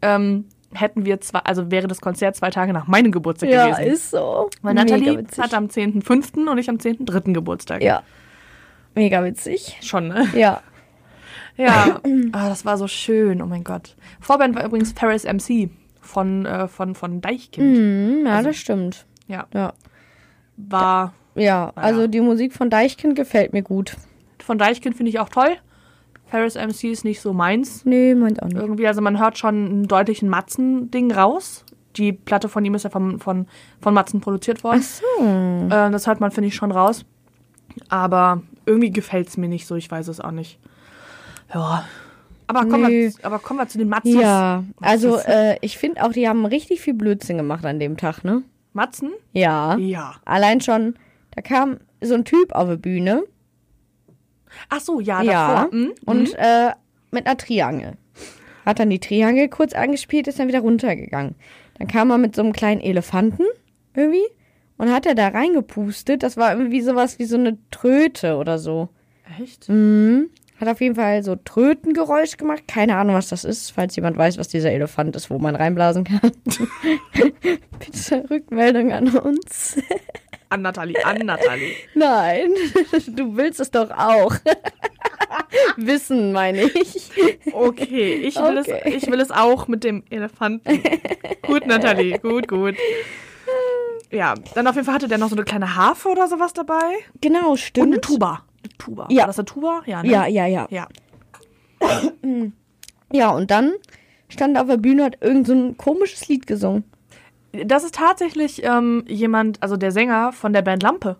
Speaker 2: ähm, hätten wir zwei, also wäre das Konzert zwei Tage nach meinem Geburtstag
Speaker 1: Ja,
Speaker 2: gewesen.
Speaker 1: ist so.
Speaker 2: Weil Nathalie hat am 10.5. und ich am 10.3. Geburtstag.
Speaker 1: Ja. Mega witzig.
Speaker 2: Schon, ne?
Speaker 1: Ja.
Speaker 2: Ja. ah, das war so schön, oh mein Gott. Vorband war übrigens Paris MC von, äh, von, von Deichkind.
Speaker 1: Hm, ja,
Speaker 2: Also-
Speaker 1: das stimmt.
Speaker 2: Ja.
Speaker 1: Ja.
Speaker 2: War.
Speaker 1: Ja, also die Musik von Deichkind gefällt mir gut.
Speaker 2: Von Deichkind finde ich auch toll. Paris MC ist nicht so meins.
Speaker 1: Nee, meint auch nicht.
Speaker 2: Irgendwie, also man hört schon einen deutlichen Matzen-Ding raus. Die Platte von ihm ist ja von, von, von Matzen produziert worden.
Speaker 1: Hm.
Speaker 2: Äh, das hört man, finde ich, schon raus. Aber irgendwie gefällt es mir nicht so, ich weiß es auch nicht. Ja. Aber kommen,
Speaker 1: Nee.
Speaker 2: wir, aber kommen wir zu den Matzen.
Speaker 1: Ja, also äh, ich finde auch, die haben richtig viel Blödsinn gemacht an dem Tag, ne?
Speaker 2: Matzen?
Speaker 1: Ja.
Speaker 2: Ja.
Speaker 1: Allein schon, da kam so ein Typ auf die Bühne.
Speaker 2: Ach so, ja,
Speaker 1: Ja.
Speaker 2: davor. Hm?
Speaker 1: Ah, Und äh, mit einer Triangel. Hat dann die Triangel kurz angespielt, ist dann wieder runtergegangen. Dann kam er mit so einem kleinen Elefanten irgendwie und hat er da reingepustet. Das war irgendwie sowas wie so eine Tröte oder so.
Speaker 2: Echt?
Speaker 1: Mhm. Hat auf jeden Fall so Trötengeräusch gemacht. Keine Ahnung, was das ist. Falls jemand weiß, was dieser Elefant ist, wo man reinblasen kann. Bitte Rückmeldung an uns.
Speaker 2: An Nathalie, an Nathalie.
Speaker 1: Nein, du willst es doch auch. Wissen, meine ich.
Speaker 2: Okay, ich will,
Speaker 1: Okay.
Speaker 2: Es, ich will es auch mit dem Elefanten. gut, Nathalie, gut, gut. Ja, dann auf jeden Fall hatte der noch so eine kleine Harfe oder sowas dabei.
Speaker 1: Genau,
Speaker 2: Und
Speaker 1: stimmt.
Speaker 2: eine Tuba. Eine Tuba.
Speaker 1: Ja.
Speaker 2: War das eine Tuba? Ja, ne?
Speaker 1: Ja, ja, ja.
Speaker 2: Ja.
Speaker 1: Ja, und dann stand er auf der Bühne und hat irgend so ein komisches Lied gesungen.
Speaker 2: Das ist tatsächlich ähm, jemand, also der Sänger von der Band Lampe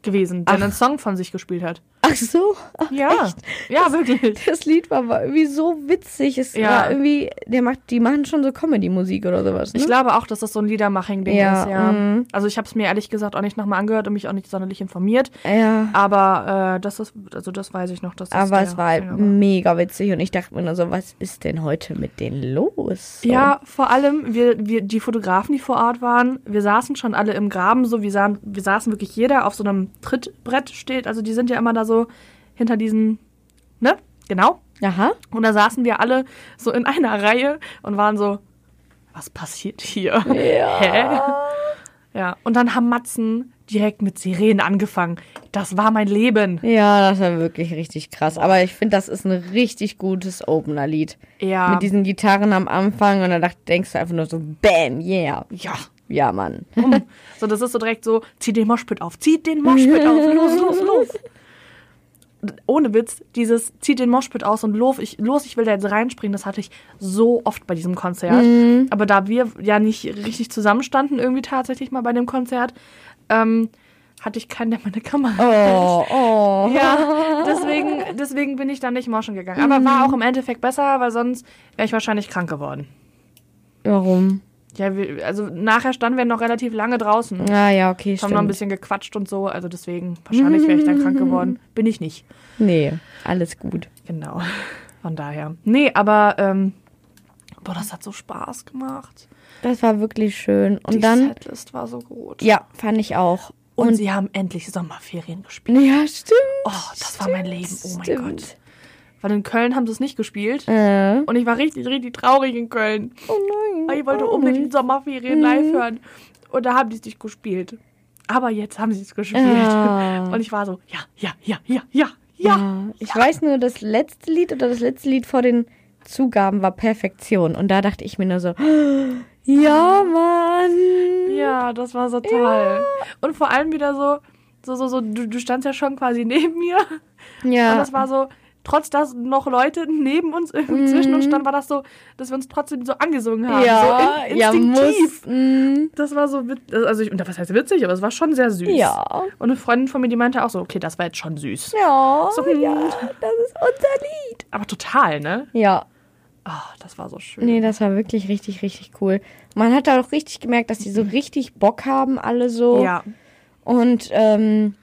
Speaker 2: gewesen, der einen Song von sich gespielt hat.
Speaker 1: Ach so,
Speaker 2: Ja, ja, wirklich.
Speaker 1: das Lied war, war irgendwie so witzig. Es
Speaker 2: Ja.
Speaker 1: war irgendwie, der macht, die machen schon so Comedy-Musik oder sowas. Ne?
Speaker 2: Ich glaube auch, dass das so ein Liedermaching-Ding
Speaker 1: Ja,
Speaker 2: ist, ja.
Speaker 1: mhm.
Speaker 2: Also ich habe es mir ehrlich gesagt auch nicht nochmal angehört und mich auch nicht sonderlich informiert.
Speaker 1: ja,
Speaker 2: Aber äh, das ist, also das weiß ich noch, dass das
Speaker 1: aber
Speaker 2: der
Speaker 1: es war halt
Speaker 2: Sänger
Speaker 1: mega witzig und ich dachte mir nur so, was ist denn heute mit denen los? So.
Speaker 2: Ja, vor allem wir, wir, die Fotografen, die vor Ort waren, wir saßen schon alle im Graben, so wir, sahen, wir saßen wirklich jeder auf so einem Trittbrett steht. Also die sind ja immer da so hinter diesen, ne? Genau.
Speaker 1: Aha.
Speaker 2: Und da saßen wir alle so in einer Reihe und waren so, was passiert hier? Hä? Ja, und dann haben Matzen direkt mit Sirenen angefangen. Das war mein Leben.
Speaker 1: Ja, das war wirklich richtig krass. Aber ich finde, das ist ein richtig gutes Opener-Lied.
Speaker 2: Ja.
Speaker 1: Mit diesen Gitarren am Anfang und dann dacht- denkst du einfach nur so, bam, yeah.
Speaker 2: Ja.
Speaker 1: Ja, Mann.
Speaker 2: Um. So, das ist so direkt so, zieht den Moshpit auf, zieht den Moshpit auf, los, los, los. ohne Witz, dieses zieht den Moshpit aus und los ich, los, ich will da jetzt reinspringen, das hatte ich so oft bei diesem Konzert. Aber da wir ja nicht richtig zusammenstanden, irgendwie tatsächlich mal bei dem Konzert, ähm, hatte ich keinen, der meine Kamera
Speaker 1: Oh, oh.
Speaker 2: ja, deswegen, deswegen bin ich dann nicht moschen gegangen. Aber war auch im Endeffekt besser, weil sonst wäre ich wahrscheinlich krank geworden.
Speaker 1: Warum?
Speaker 2: Ja, wir, also nachher standen wir noch relativ lange draußen. Haben
Speaker 1: Ah ja, okay, stimmt.
Speaker 2: noch ein bisschen gequatscht und so, also deswegen, wahrscheinlich wäre ich dann krank geworden. Bin ich nicht.
Speaker 1: nee, alles gut.
Speaker 2: Genau. Von daher. Nee, aber, ähm, boah, das hat so Spaß gemacht.
Speaker 1: Das war wirklich schön. Und
Speaker 2: Die
Speaker 1: dann,
Speaker 2: Setlist war so gut.
Speaker 1: ja, fand ich auch.
Speaker 2: Und, sie haben endlich Sommerferien gespielt.
Speaker 1: ja, stimmt.
Speaker 2: Oh, das war mein Leben. Oh mein Gott. Weil in Köln haben sie es nicht gespielt.
Speaker 1: Äh,
Speaker 2: Und ich war richtig, richtig traurig in Köln.
Speaker 1: oh nein. Mhm.
Speaker 2: Weil ich wollte unbedingt Sommerferien live hören. Und da haben die es nicht gespielt. Aber jetzt haben sie es gespielt.
Speaker 1: Ja.
Speaker 2: Und ich war so, ja, ja, ja, ja, ja, ja.
Speaker 1: Ja, ich weiß nur, das letzte Lied oder das letzte Lied vor den Zugaben war Perfektion. Und da dachte ich mir nur so, ja, Mann.
Speaker 2: Ja, das war so toll. Und vor allem wieder so, so, so, so du, du standst ja schon quasi neben mir. Und
Speaker 1: Ja,
Speaker 2: das war so, trotz dass noch Leute neben uns irgendwie zwischen uns standen, war das so, dass wir uns trotzdem so angesungen haben.
Speaker 1: Mhm. ja,
Speaker 2: so in,
Speaker 1: ja, muss.
Speaker 2: instinktiv.
Speaker 1: mm,
Speaker 2: Das war so witzig. Also ich, und was heißt witzig, aber es war schon sehr süß.
Speaker 1: Ja.
Speaker 2: Und eine Freundin von mir, die meinte auch so, okay, das war jetzt schon süß.
Speaker 1: Ja,
Speaker 2: So,
Speaker 1: ja,
Speaker 2: mm.
Speaker 1: das ist unser Lied.
Speaker 2: Aber total, ne?
Speaker 1: Ja,
Speaker 2: Ah, das war so schön.
Speaker 1: nee, das war wirklich richtig, richtig cool. Man hat da auch richtig gemerkt, dass die so richtig Bock haben, alle so.
Speaker 2: Ja.
Speaker 1: Und ähm,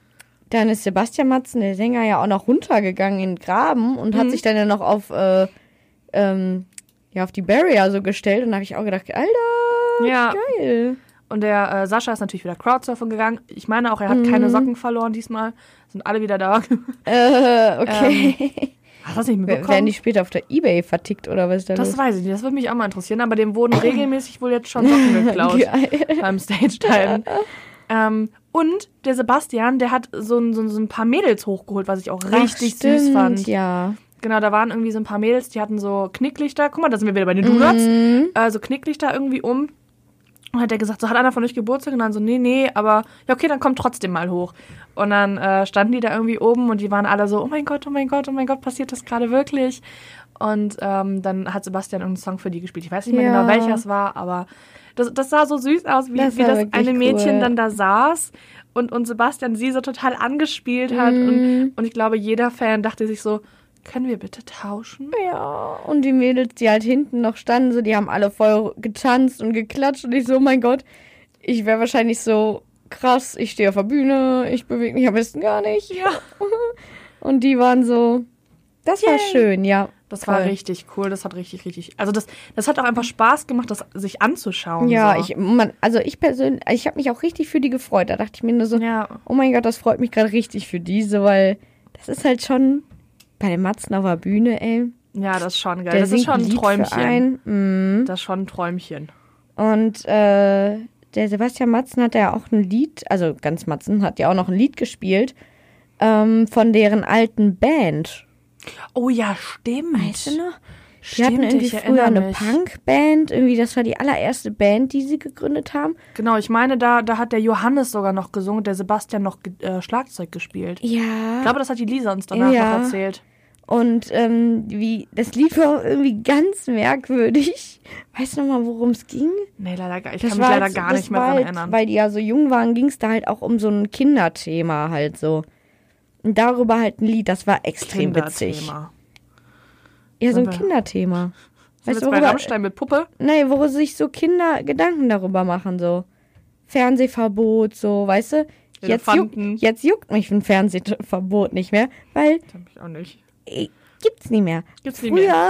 Speaker 1: dann ist Sebastian Matzen, der Sänger, ja auch noch runtergegangen in den Graben und
Speaker 2: Mhm.
Speaker 1: hat sich dann ja noch auf, äh, ähm, ja, auf die Barrier so gestellt. Und da habe ich auch gedacht, Alter,
Speaker 2: Ja.
Speaker 1: geil.
Speaker 2: Und der äh, Sascha ist natürlich wieder Crowdsurfen gegangen. Ich meine auch, er hat
Speaker 1: Mhm.
Speaker 2: keine Socken verloren diesmal. Sind alle wieder da. Ähm,
Speaker 1: Äh, okay.
Speaker 2: Hast du das nicht
Speaker 1: W- Werden
Speaker 2: mitbekommen?
Speaker 1: die später auf der Ebay vertickt oder was ist da
Speaker 2: Das
Speaker 1: los?
Speaker 2: weiß ich nicht, das würde mich auch mal interessieren, aber dem wurden regelmäßig wohl jetzt schon Socken geklaut
Speaker 1: Geil.
Speaker 2: beim Stage-Time. ähm, und der Sebastian, der hat so ein, so, ein- so ein paar Mädels hochgeholt, was ich auch richtig
Speaker 1: Ach, stimmt,
Speaker 2: süß fand.
Speaker 1: Ja.
Speaker 2: Genau, da waren irgendwie so ein paar Mädels, die hatten so Knicklichter. Guck mal, da sind wir wieder bei den Donuts.
Speaker 1: Mhm.
Speaker 2: Äh, so Knicklichter irgendwie um. Und hat er gesagt, so hat einer von euch Geburtstag? Und dann so, nee, nee, aber ja, okay, dann kommt trotzdem mal hoch. Und dann äh, standen die da irgendwie oben und die waren alle so, oh mein Gott, oh mein Gott, oh mein Gott, passiert das gerade wirklich? Und ähm, dann hat Sebastian irgendeinen Song für die gespielt. Ich weiß nicht mehr
Speaker 1: Ja.
Speaker 2: genau, welcher es war, aber das, das sah so süß aus, wie
Speaker 1: Das
Speaker 2: das, wie
Speaker 1: war
Speaker 2: das
Speaker 1: wirklich
Speaker 2: eine Mädchen
Speaker 1: cool.
Speaker 2: dann da saß und, und Sebastian sie so total angespielt hat. Und, und ich glaube, jeder Fan dachte sich so, können wir bitte tauschen?
Speaker 1: Ja, und die Mädels, die halt hinten noch standen, so, die haben alle voll getanzt und geklatscht und ich so, oh mein Gott, ich wäre wahrscheinlich so krass, ich stehe auf der Bühne, ich bewege mich am besten gar nicht.
Speaker 2: Ja.
Speaker 1: Und die waren so, das war
Speaker 2: Yay.
Speaker 1: schön, ja.
Speaker 2: Das war
Speaker 1: Voll.
Speaker 2: richtig cool, das hat richtig, richtig. Also das, das hat auch einfach Spaß gemacht, das sich anzuschauen.
Speaker 1: Ja,
Speaker 2: so.
Speaker 1: ich, man, also ich persönlich, ich habe mich auch richtig für die gefreut. Da dachte ich mir nur so,
Speaker 2: Ja,
Speaker 1: oh mein Gott, das freut mich gerade richtig für diese, weil das ist halt schon bei den Matzen auf der Bühne, ey.
Speaker 2: ja, das ist schon geil.
Speaker 1: Der
Speaker 2: das ist
Speaker 1: singt
Speaker 2: schon ein
Speaker 1: Lied für
Speaker 2: Träumchen.
Speaker 1: einen. Mhm.
Speaker 2: Das ist schon ein Träumchen.
Speaker 1: Und äh, der Sebastian Matzen hat ja auch ein Lied, also ganz Matzen hat ja auch noch ein Lied gespielt ähm, von deren alten Band.
Speaker 2: Oh ja, stimmt.
Speaker 1: Weißt du noch? Die
Speaker 2: Stimmt,
Speaker 1: hatten irgendwie
Speaker 2: ich
Speaker 1: früher
Speaker 2: erinnere
Speaker 1: eine
Speaker 2: mich.
Speaker 1: Punkband, irgendwie das war die allererste Band, die sie gegründet haben.
Speaker 2: Genau, ich meine, da, da hat der Johannes sogar noch gesungen, der Sebastian noch ge- äh, Schlagzeug gespielt. Ich
Speaker 1: Ja.
Speaker 2: glaube, das hat die Lisa uns danach
Speaker 1: Ja.
Speaker 2: noch erzählt.
Speaker 1: Und ähm, wie das Lied war irgendwie ganz merkwürdig. Weißt du nochmal, worum es ging?
Speaker 2: Nee, leider gar. Ich
Speaker 1: Das
Speaker 2: kann mich
Speaker 1: war
Speaker 2: leider
Speaker 1: halt-
Speaker 2: gar
Speaker 1: das
Speaker 2: nicht mehr
Speaker 1: war
Speaker 2: dran
Speaker 1: halt,
Speaker 2: erinnern.
Speaker 1: Weil die ja so jung waren, ging es da halt auch um so ein Kinderthema halt so. Und darüber halt ein Lied, das war extrem witzig.
Speaker 2: Kinderthema.
Speaker 1: Ja, so ein
Speaker 2: Aber-
Speaker 1: Kinderthema.
Speaker 2: Sind
Speaker 1: Weißt
Speaker 2: wir
Speaker 1: du,
Speaker 2: jetzt bei
Speaker 1: worüber,
Speaker 2: Rammstein mit Puppe?
Speaker 1: nee, wo sich so Kinder Gedanken darüber machen, so. Fernsehverbot, so, weißt du? Jetzt juckt,
Speaker 2: Elefanten.
Speaker 1: jetzt juckt mich ein Fernsehverbot nicht mehr, weil
Speaker 2: Das hab ich auch nicht.
Speaker 1: äh, gibt's nie mehr.
Speaker 2: Gibt's nie
Speaker 1: Früher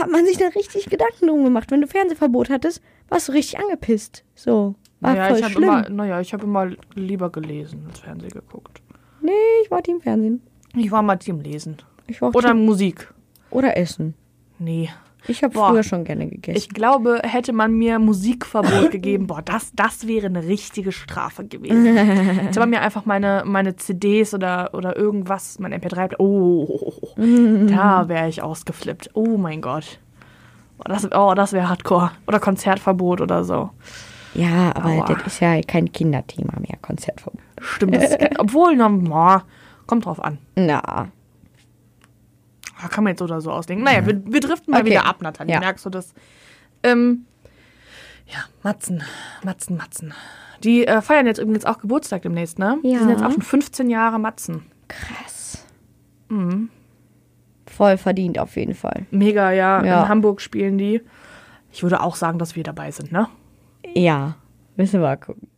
Speaker 1: hat man sich da richtig Gedanken drum gemacht. Wenn du Fernsehverbot hattest, warst du richtig angepisst. So. War
Speaker 2: naja,
Speaker 1: voll
Speaker 2: ich hab
Speaker 1: schlimm.
Speaker 2: immer, naja, ich habe immer lieber gelesen als Fernsehen geguckt.
Speaker 1: Nee, ich war Team Fernsehen.
Speaker 2: Ich war mal Team Lesen.
Speaker 1: Ich war auch
Speaker 2: Oder
Speaker 1: Team
Speaker 2: Musik.
Speaker 1: oder Essen.
Speaker 2: Nee.
Speaker 1: Ich habe
Speaker 2: Boah.
Speaker 1: früher schon gerne gegessen.
Speaker 2: Ich glaube, hätte man mir Musikverbot gegeben, boah, das, das wäre eine richtige Strafe gewesen. Hätte man mir einfach meine, meine CDs oder, oder irgendwas, mein MP3, oh, da wäre ich ausgeflippt. Oh mein Gott. Boah, Das, oh, das wäre Hardcore. Oder Konzertverbot oder so.
Speaker 1: ja, aber
Speaker 2: Aua.
Speaker 1: das ist ja kein Kinderthema mehr, Konzertverbot.
Speaker 2: Stimmt. Das, obwohl, na, boah, kommt drauf an.
Speaker 1: Na.
Speaker 2: Ah, Kann man jetzt so oder so ausdenken. Naja, wir, wir driften mal
Speaker 1: Okay.
Speaker 2: wieder ab, Nathan.
Speaker 1: Ja.
Speaker 2: Du merkst du das? Ähm, ja, Matzen, Matzen, Matzen. Die äh, feiern jetzt übrigens auch Geburtstag demnächst, ne? Die
Speaker 1: Ja.
Speaker 2: sind jetzt auch schon 15 Jahre Matzen.
Speaker 1: Krass. Mhm. Voll verdient auf jeden Fall.
Speaker 2: Mega, ja.
Speaker 1: Ja.
Speaker 2: In Hamburg spielen die. Ich würde auch sagen, dass wir dabei sind, ne?
Speaker 1: Ja, müssen wir mal gucken.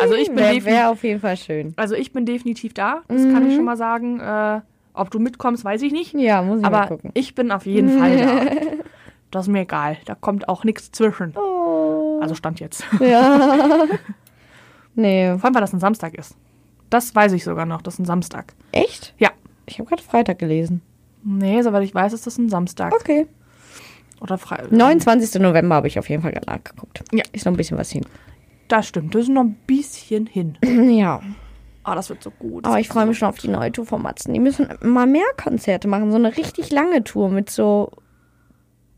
Speaker 2: Also ich bin,
Speaker 1: Wäre
Speaker 2: definitiv,
Speaker 1: wär auf jeden Fall schön.
Speaker 2: also ich bin definitiv da. Das kann ich schon mal sagen. Äh, ob du mitkommst, weiß ich nicht.
Speaker 1: Ja, Mhm. muss ich mal
Speaker 2: Aber
Speaker 1: gucken.
Speaker 2: ich bin auf jeden Fall da. Das ist mir egal. Da kommt auch nichts zwischen.
Speaker 1: Oh.
Speaker 2: Also stand jetzt. Vor
Speaker 1: Ja. nee.
Speaker 2: allem, weil das ein Samstag ist. Das weiß ich sogar noch. Das ist ein Samstag.
Speaker 1: Echt?
Speaker 2: Ja.
Speaker 1: Ich habe gerade Freitag gelesen.
Speaker 2: Nee, soweit ich weiß, ist das ein Samstag.
Speaker 1: Okay.
Speaker 2: Oder Freitag.
Speaker 1: 29. November habe ich auf jeden Fall gerade nachgeguckt.
Speaker 2: Ja.
Speaker 1: Ist noch ein bisschen was hin.
Speaker 2: Das stimmt. Das ist noch ein bisschen hin.
Speaker 1: ja.
Speaker 2: Ah, das wird so gut.
Speaker 1: Aber ich freue mich schon auf die neue Tour von Matzen. Die müssen mal mehr Konzerte machen. So eine richtig lange Tour mit so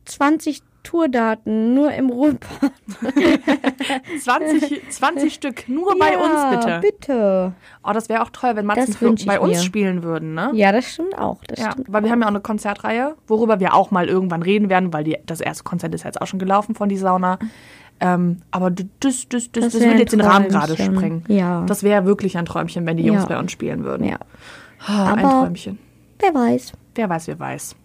Speaker 1: 20 Tourdaten nur im Ruhrpark.
Speaker 2: 20, 20 Stück. Nur bei
Speaker 1: Ja,
Speaker 2: uns, bitte.
Speaker 1: bitte.
Speaker 2: Oh, das wäre auch toll, wenn Matzen
Speaker 1: Das
Speaker 2: für,
Speaker 1: wünsch ich
Speaker 2: bei uns
Speaker 1: mir.
Speaker 2: spielen würden, ne?
Speaker 1: Ja, das stimmt auch. Das
Speaker 2: Ja,
Speaker 1: stimmt.
Speaker 2: weil wir haben ja auch eine Konzertreihe, worüber wir auch mal irgendwann reden werden, weil die, das erste Konzert ist jetzt auch schon gelaufen von die Sauna. Ähm, aber d- das, das, das, das,
Speaker 1: wär
Speaker 2: wird
Speaker 1: ein
Speaker 2: jetzt den Rahmen gerade
Speaker 1: Träumchen.
Speaker 2: sprengen.
Speaker 1: Ja.
Speaker 2: Das wäre wirklich ein Träumchen, wenn die Jungs
Speaker 1: Ja.
Speaker 2: bei uns spielen würden.
Speaker 1: ja.
Speaker 2: Ah, ein
Speaker 1: Aber-
Speaker 2: Träumchen.
Speaker 1: Wer weiß.
Speaker 2: Wer weiß, wer weiß.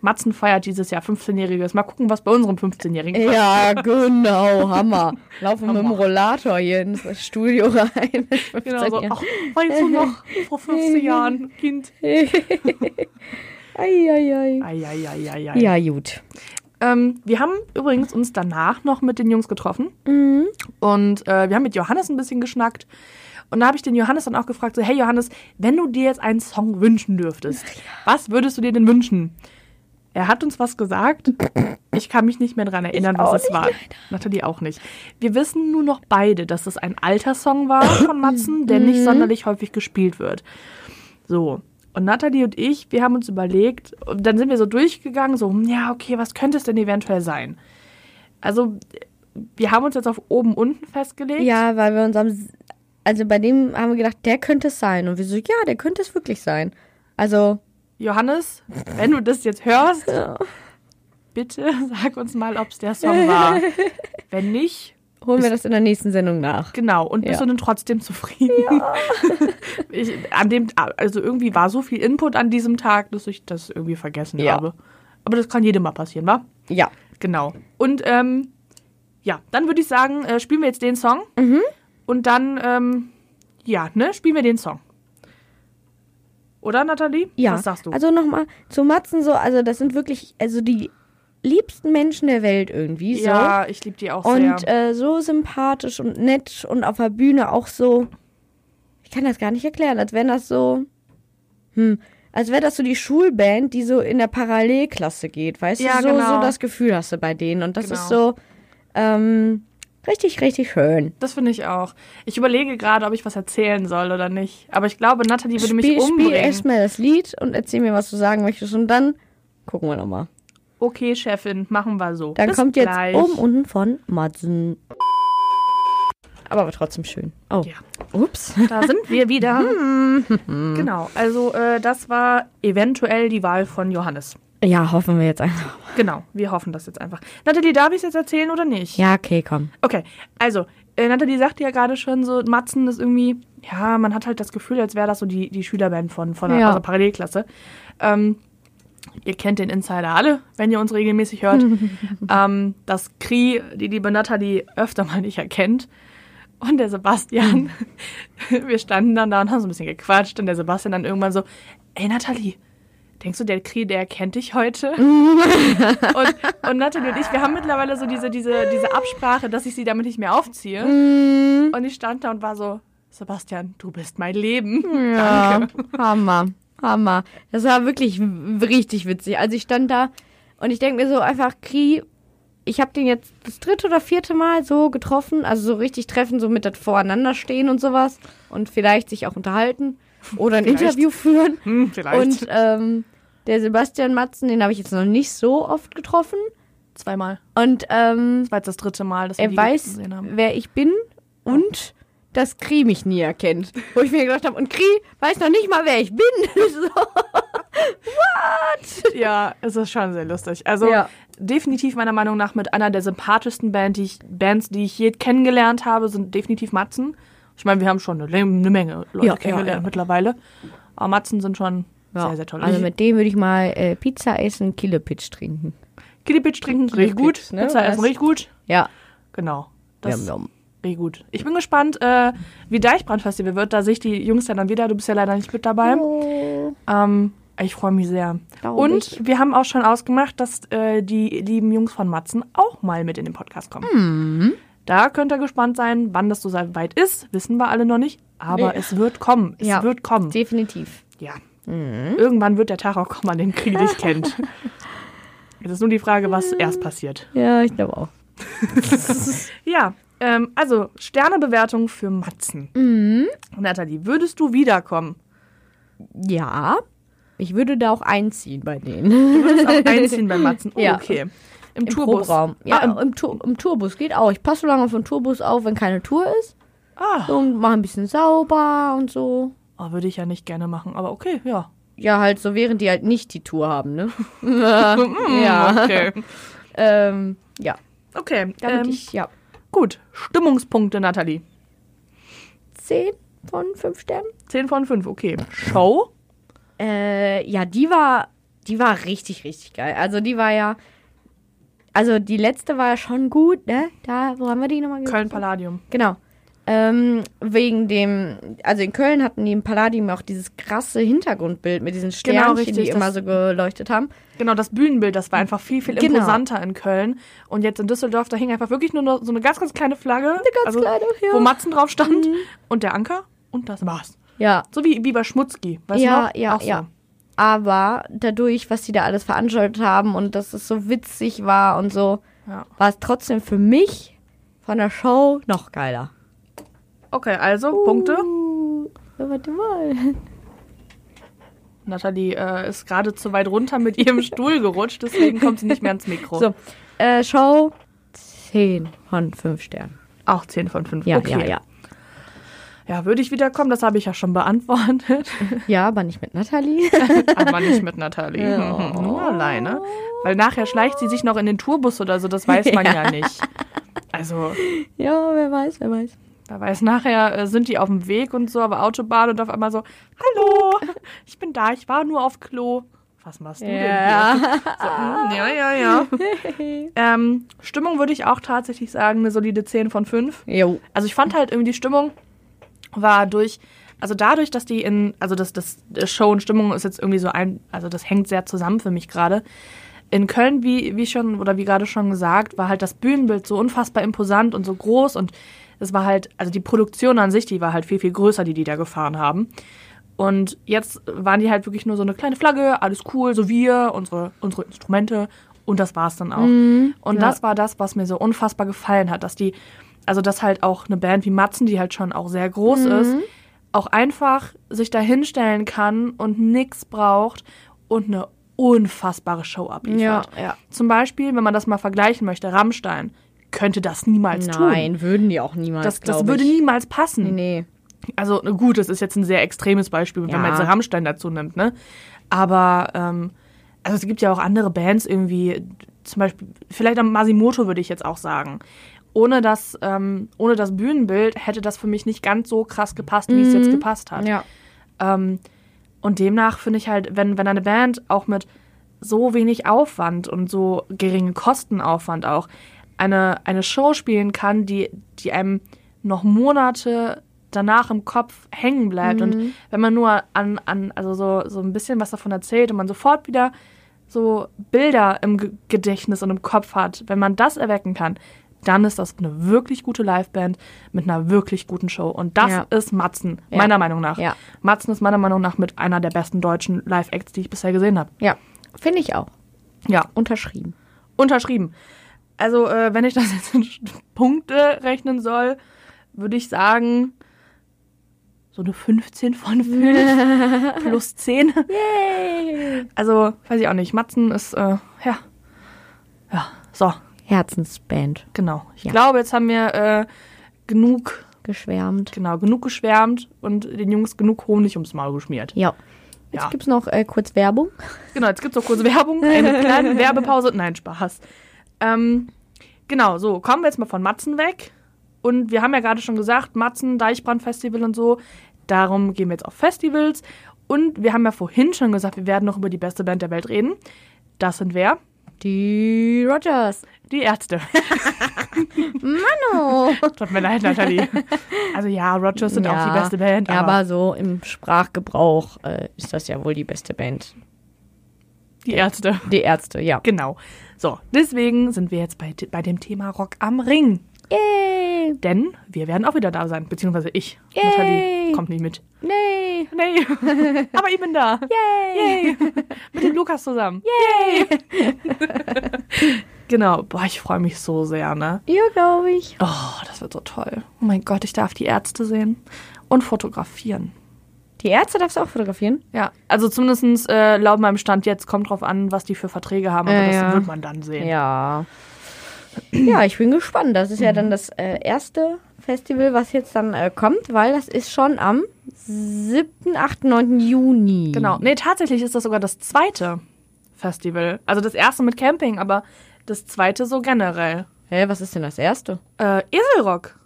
Speaker 2: Matzen feiert dieses Jahr 15-Jähriges. Mal gucken, was bei unserem 15-Jährigen
Speaker 1: Ja, genau. Hammer. Laufen mit dem
Speaker 2: Hammer.
Speaker 1: Rollator hier ins Studio rein.
Speaker 2: Genau so, ach, weißt du noch, vor 15 Jahren, Kind.
Speaker 1: Ei, ei, ei.
Speaker 2: Eieieiei.
Speaker 1: Ja, gut.
Speaker 2: Ähm, wir haben übrigens uns danach noch mit den Jungs getroffen. Und äh, wir haben mit Johannes ein bisschen geschnackt. Und da habe ich den Johannes dann auch gefragt, so, hey Johannes, wenn du dir jetzt einen Song wünschen dürftest, was würdest du dir denn wünschen? Er hat uns was gesagt. Ich kann mich nicht mehr dran erinnern, was es war. Nathalie auch nicht. Wir wissen nur noch beide, dass es ein alter Song war von Matzen, der nicht sonderlich häufig gespielt wird. So. Und Nathalie und ich, wir haben uns überlegt, und dann sind wir so durchgegangen, so, hm, ja, okay, was könnte es denn eventuell sein? Also, wir haben uns jetzt auf oben, unten festgelegt.
Speaker 1: Ja, weil wir uns am. Also bei dem haben wir gedacht, der könnte es sein. Und wir so, ja, der könnte es wirklich sein. Also,
Speaker 2: Johannes, wenn du das jetzt hörst, bitte sag uns mal, ob es der Song war. Wenn nicht,
Speaker 1: holen wir das in der nächsten Sendung nach.
Speaker 2: genau. Und bist
Speaker 1: Ja.
Speaker 2: du denn trotzdem zufrieden? ich, an dem, also irgendwie war so viel Input an diesem Tag, dass ich das irgendwie vergessen
Speaker 1: Ja.
Speaker 2: habe. Aber das kann jedem mal passieren, wa?
Speaker 1: Ja.
Speaker 2: Genau. Und ähm, ja, dann würde ich sagen, äh, spielen wir jetzt den Song.
Speaker 1: Mhm.
Speaker 2: Und dann, ähm, ja, ne, spielen wir den Song. Oder, Nathalie?
Speaker 1: Ja.
Speaker 2: Was sagst du?
Speaker 1: Also nochmal zu Matzen so, also das sind wirklich, also die liebsten Menschen der Welt irgendwie. So.
Speaker 2: ja, ich liebe die auch sehr.
Speaker 1: Und äh, so sympathisch und nett und auf der Bühne auch so. Ich kann das gar nicht erklären, als wären das so. Hm. Als wäre das so die Schulband, die so in der Parallelklasse geht, weißt
Speaker 2: Ja,
Speaker 1: du? So,
Speaker 2: genau.
Speaker 1: so das Gefühl hast du bei denen. Und das ist so
Speaker 2: Genau.
Speaker 1: ähm, richtig, richtig schön.
Speaker 2: das finde ich auch. Ich überlege gerade, ob ich was erzählen soll oder nicht. Aber ich glaube, Nathalie würde mich
Speaker 1: spiel spiel
Speaker 2: umbringen.
Speaker 1: erstmal das Lied und erzähl mir, was du sagen möchtest. Und dann gucken wir nochmal.
Speaker 2: okay, Chefin, machen wir so.
Speaker 1: Dann
Speaker 2: Bis
Speaker 1: kommt jetzt um
Speaker 2: gleich.
Speaker 1: oben unten von Madsen. Aber, aber trotzdem schön. Oh.
Speaker 2: Ja.
Speaker 1: Ups.
Speaker 2: Da sind wir wieder. genau, also äh, das war eventuell die Wahl von Johannes.
Speaker 1: Ja, hoffen wir jetzt einfach.
Speaker 2: Genau, wir hoffen das jetzt einfach. Nathalie, darf ich es jetzt erzählen oder nicht?
Speaker 1: Ja, okay, komm.
Speaker 2: Okay, also, äh, Nathalie sagte ja gerade schon so, Matzen ist irgendwie, ja, man hat halt das Gefühl, als wäre das so die, die Schülerband von, von einer,
Speaker 1: Ja.
Speaker 2: aus der Parallelklasse. Ähm, ihr kennt den Insider alle, wenn ihr uns regelmäßig hört. ähm, das Kri, die liebe Nathalie öfter mal nicht erkennt. Und der Sebastian, wir standen dann da und haben so ein bisschen gequatscht und der Sebastian dann irgendwann so, ey Nathalie, denkst du, der Kri, der erkennt dich heute? und, und Nathalie und ich, wir haben mittlerweile so diese, diese, diese Absprache, dass ich sie damit nicht mehr aufziehe.
Speaker 1: Mhm.
Speaker 2: Und ich stand da und war so, Sebastian, du bist mein Leben.
Speaker 1: Ja, Ähm, Hammer, Hammer. Das war wirklich w- richtig witzig. Also ich stand da und ich denke mir so einfach, Kri, ich habe den jetzt das dritte oder vierte Mal so getroffen, also so richtig treffen, so mit das voreinander stehen und sowas und vielleicht sich auch unterhalten oder ein
Speaker 2: Vielleicht.
Speaker 1: Interview führen.
Speaker 2: Hm,
Speaker 1: Und ähm, der Sebastian Matzen, den habe ich jetzt noch nicht so oft getroffen
Speaker 2: zweimal.
Speaker 1: und ähm,
Speaker 2: Das war jetzt das dritte Mal, dass wir
Speaker 1: er
Speaker 2: die
Speaker 1: weiß,
Speaker 2: gesehen haben.
Speaker 1: wer ich bin und dass Kri mich nie erkennt. Wo ich mir gedacht habe, und Kri weiß noch nicht mal, wer ich bin. so.
Speaker 2: Ja, es ist schon sehr lustig. Also
Speaker 1: Ja.
Speaker 2: definitiv meiner Meinung nach mit einer der sympathischsten Band, die ich, Bands, die ich je kennengelernt habe, sind definitiv Matzen. Ich meine, wir haben schon eine, Le- eine Menge Leute
Speaker 1: Ja, ja,
Speaker 2: kennengelernt
Speaker 1: ja.
Speaker 2: mittlerweile. Aber Matzen sind schon
Speaker 1: Ja.
Speaker 2: sehr, sehr toll.
Speaker 1: Also
Speaker 2: Ich-
Speaker 1: mit dem würde ich mal äh, Pizza essen, Killepitch trinken.
Speaker 2: Kiddipitch trinken, richtig
Speaker 1: Kiddipitch,
Speaker 2: gut.
Speaker 1: ne?
Speaker 2: Pizza essen,
Speaker 1: Das-
Speaker 2: richtig gut.
Speaker 1: Ja.
Speaker 2: Genau.
Speaker 1: Yum,
Speaker 2: Das
Speaker 1: yum.
Speaker 2: richtig gut. Ich bin gespannt, äh, wie Deichbrandfestival wird. Da sehe ich die Jungs ja dann wieder. Du bist ja leider nicht mit dabei. Ähm, ich freue mich sehr.
Speaker 1: Glaub
Speaker 2: Und
Speaker 1: ich.
Speaker 2: wir haben auch schon ausgemacht, dass äh, die lieben Jungs von Matzen auch mal mit in den Podcast kommen.
Speaker 1: Mhm.
Speaker 2: Da könnt ihr gespannt sein, wann das so weit ist. Wissen wir alle noch nicht. Aber
Speaker 1: Nee.
Speaker 2: es wird kommen. Es
Speaker 1: Ja. Mhm.
Speaker 2: wird kommen.
Speaker 1: Definitiv.
Speaker 2: Ja. Irgendwann wird der Tag auch kommen, an dem Krieg dich kennt. Jetzt ist nur die Frage,
Speaker 1: Mhm.
Speaker 2: was erst passiert.
Speaker 1: Ja, ich glaube auch.
Speaker 2: Ja, ähm, also Sternebewertung für Matzen.
Speaker 1: Mhm.
Speaker 2: Nathalie, würdest du wiederkommen?
Speaker 1: Ja. Ich würde da auch einziehen bei denen.
Speaker 2: Du würdest auch einziehen bei Matzen. Oh,
Speaker 1: Ja.
Speaker 2: okay. Im,
Speaker 1: Im
Speaker 2: Tourbus.
Speaker 1: Proberaum. Ja,
Speaker 2: Ah, im,
Speaker 1: im, Tour, im Tourbus geht auch. Ich passe so lange auf den Tourbus auf, wenn keine Tour ist.
Speaker 2: ah.
Speaker 1: Und mache ein bisschen sauber und so.
Speaker 2: Oh, würde ich ja nicht gerne machen, aber okay, ja.
Speaker 1: Ja, halt so, während die halt nicht die Tour haben, ne? ja.
Speaker 2: Hm, Okay.
Speaker 1: Ähm, ja.
Speaker 2: Okay,
Speaker 1: Damit
Speaker 2: ähm,
Speaker 1: ich, ja.
Speaker 2: gut. Stimmungspunkte, Nathalie.
Speaker 1: 10 von 5 Sternen?
Speaker 2: 10 von 5, okay. Show?
Speaker 1: Äh, ja, die war, die war richtig, richtig geil. Also die war ja, also die letzte war ja schon gut, ne? Da, wo haben wir die nochmal gesehen?
Speaker 2: Köln Palladium.
Speaker 1: Genau. Ähm, wegen dem, also in Köln hatten die im Palladium auch dieses krasse Hintergrundbild mit diesen
Speaker 2: Genau,
Speaker 1: Sternchen,
Speaker 2: richtig,
Speaker 1: die
Speaker 2: das-
Speaker 1: immer so geleuchtet haben.
Speaker 2: Genau, das Bühnenbild, das war einfach viel, viel
Speaker 1: Genau.
Speaker 2: imposanter in Köln. Und jetzt in Düsseldorf, da hing einfach wirklich nur noch so eine ganz, ganz kleine Flagge. Eine
Speaker 1: ganz kleine, ja. Mhm.
Speaker 2: Wo Matzen drauf stand und der Anker und das war's.
Speaker 1: Ja.
Speaker 2: So wie, wie bei Schmutzki, weißt
Speaker 1: ja,
Speaker 2: du noch?
Speaker 1: ja,
Speaker 2: Auch so.
Speaker 1: ja. Aber dadurch, was die da alles veranstaltet haben und dass es so witzig war und so,
Speaker 2: Ja.
Speaker 1: war es trotzdem für mich von der Show noch geiler.
Speaker 2: Okay, also Punkte.
Speaker 1: Uh, warte mal.
Speaker 2: Nathalie äh, ist gerade zu weit runter mit ihrem Stuhl gerutscht, deswegen kommt sie nicht mehr ans Mikro.
Speaker 1: So, äh, Show 10 von 5 Sternen.
Speaker 2: Auch 10 von 5.
Speaker 1: Ja,
Speaker 2: okay.
Speaker 1: ja, ja.
Speaker 2: Ja, würde ich wiederkommen, das habe ich ja schon beantwortet.
Speaker 1: Ja, aber nicht mit Nathalie.
Speaker 2: Aber nicht mit Nathalie.
Speaker 1: Ja.
Speaker 2: Nur alleine. Weil nachher schleicht sie sich noch in den Tourbus oder so, das weiß man ja, nicht. Also,
Speaker 1: ja, wer weiß, wer weiß.
Speaker 2: da weiß nachher, äh, sind die auf dem Weg und so, aber Autobahn und auf einmal so, hallo, ich bin da, ich war nur auf Klo. Was machst du denn hier? So, mm, ja, ja, ja. ähm, Stimmung würde ich auch tatsächlich sagen, eine solide 10 von 5.
Speaker 1: Jo.
Speaker 2: Also ich fand halt irgendwie die Stimmung war durch, also dadurch, dass die in, also das, das das Show und Stimmung ist jetzt irgendwie so ein, also das hängt sehr zusammen für mich gerade. In Köln, wie, wie schon, oder wie gerade schon gesagt, war halt das Bühnenbild so unfassbar imposant und so groß und es war halt, also die Produktion an sich, die war halt viel, viel größer, die die da gefahren haben. Und jetzt waren die halt wirklich nur so eine kleine Flagge, alles cool, so wir, unsere, unsere Instrumente und das war's dann auch. und
Speaker 1: Mhm, ja.
Speaker 2: das war das, was mir so unfassbar gefallen hat, dass die, also dass halt auch eine Band wie Matzen, die halt schon auch sehr groß
Speaker 1: Mhm.
Speaker 2: ist, auch einfach sich da hinstellen kann und nix braucht und eine unfassbare Show abliefert.
Speaker 1: Ja, ja.
Speaker 2: Zum Beispiel, wenn man das mal vergleichen möchte, Rammstein könnte das niemals tun.
Speaker 1: Nein, würden die auch niemals.
Speaker 2: Das, das
Speaker 1: glaub
Speaker 2: würde
Speaker 1: ich.
Speaker 2: niemals passen.
Speaker 1: Nee.
Speaker 2: Also na gut, das ist jetzt ein sehr extremes Beispiel, wenn
Speaker 1: Ja.
Speaker 2: man jetzt Rammstein dazu nimmt, ne? Aber ähm, also es gibt ja auch andere Bands irgendwie, zum Beispiel, vielleicht am Masimoto würde ich jetzt auch sagen. Ohne das, ähm, ohne das Bühnenbild hätte das für mich nicht ganz so krass gepasst, wie es jetzt gepasst hat.
Speaker 1: Mhm. Ja.
Speaker 2: Ähm, und demnach finde ich halt, wenn, wenn eine Band auch mit so wenig Aufwand und so geringen Kostenaufwand auch eine, eine Show spielen kann, die, die einem noch Monate danach im Kopf hängen bleibt.
Speaker 1: Mhm.
Speaker 2: Und wenn man nur an, an also so, so ein bisschen was davon erzählt und man sofort wieder so Bilder im Ge- Gedächtnis und im Kopf hat, wenn man das erwecken kann, dann ist das eine wirklich gute Liveband mit einer wirklich guten Show. Und das
Speaker 1: Ja.
Speaker 2: ist Matzen,
Speaker 1: Ja.
Speaker 2: meiner Meinung nach.
Speaker 1: Ja.
Speaker 2: Matzen ist meiner Meinung nach mit einer der besten deutschen Live-Acts, die ich bisher gesehen habe.
Speaker 1: Ja. Finde ich auch.
Speaker 2: Ja,
Speaker 1: Unterschrieben.
Speaker 2: unterschrieben. Also, äh, wenn ich das jetzt in St- Punkte rechnen soll, würde ich sagen, so eine 15 von 5 plus 10.
Speaker 1: Yay!
Speaker 2: Also, weiß ich auch nicht. Matzen ist, äh, ja. Ja, so,
Speaker 1: Herzensband.
Speaker 2: genau. Ich
Speaker 1: Ja.
Speaker 2: glaube, jetzt haben wir äh, genug,
Speaker 1: Geschwärmt.
Speaker 2: genau, genug geschwärmt und den Jungs genug Honig ums Maul geschmiert.
Speaker 1: Ja. Jetzt
Speaker 2: Ja.
Speaker 1: gibt's noch äh, kurz Werbung.
Speaker 2: Genau, jetzt gibt's noch kurze Werbung, eine kleine Werbepause. Nein, Spaß. Ähm, genau, so, kommen wir jetzt mal von Matzen weg. Und wir haben ja gerade schon gesagt, Matzen, Deichbrand-Festival und so. Darum gehen wir jetzt auf Festivals. Und wir haben ja vorhin schon gesagt, wir werden noch über die beste Band der Welt reden. Das sind wer?
Speaker 1: Die Rogers.
Speaker 2: Die Ärzte.
Speaker 1: Oh.
Speaker 2: Tut mir leid, Nathalie. Also ja, Rogers sind auch die beste Band.
Speaker 1: Ja,
Speaker 2: aber
Speaker 1: aber so im Sprachgebrauch äh, ist das ja wohl die beste Band.
Speaker 2: die Ärzte.
Speaker 1: Die Ärzte, ja.
Speaker 2: Genau. So, deswegen sind wir jetzt bei, bei dem Thema Rock am Ring.
Speaker 1: Yay!
Speaker 2: Denn wir werden auch wieder da sein, beziehungsweise ich.
Speaker 1: Yay.
Speaker 2: Nathalie kommt nicht mit.
Speaker 1: Nee!
Speaker 2: Nee, aber ich bin da.
Speaker 1: Yay!
Speaker 2: Yay. Mit dem Lukas zusammen. Yay. genau, boah, ich freue mich so sehr, ne?
Speaker 1: Ja, glaube ich.
Speaker 2: Oh, das wird so toll. Oh mein Gott, ich darf die Ärzte sehen und fotografieren.
Speaker 1: Die Ärzte darfst du auch fotografieren?
Speaker 2: Ja, also zumindestens äh, laut meinem Stand jetzt kommt drauf an, was die für Verträge haben, aber
Speaker 1: Ja,
Speaker 2: das
Speaker 1: ja.
Speaker 2: wird man dann sehen.
Speaker 1: Ja. Ja, ich bin gespannt. Das ist ja dann das äh, erste Festival, was jetzt dann äh, kommt, weil das ist schon am 7., 8., 9. Juni.
Speaker 2: Genau. Nee, tatsächlich ist das sogar das zweite Festival. Also das erste mit Camping, aber das zweite so generell.
Speaker 1: Hä, was ist denn das erste?
Speaker 2: Äh, Eselrock.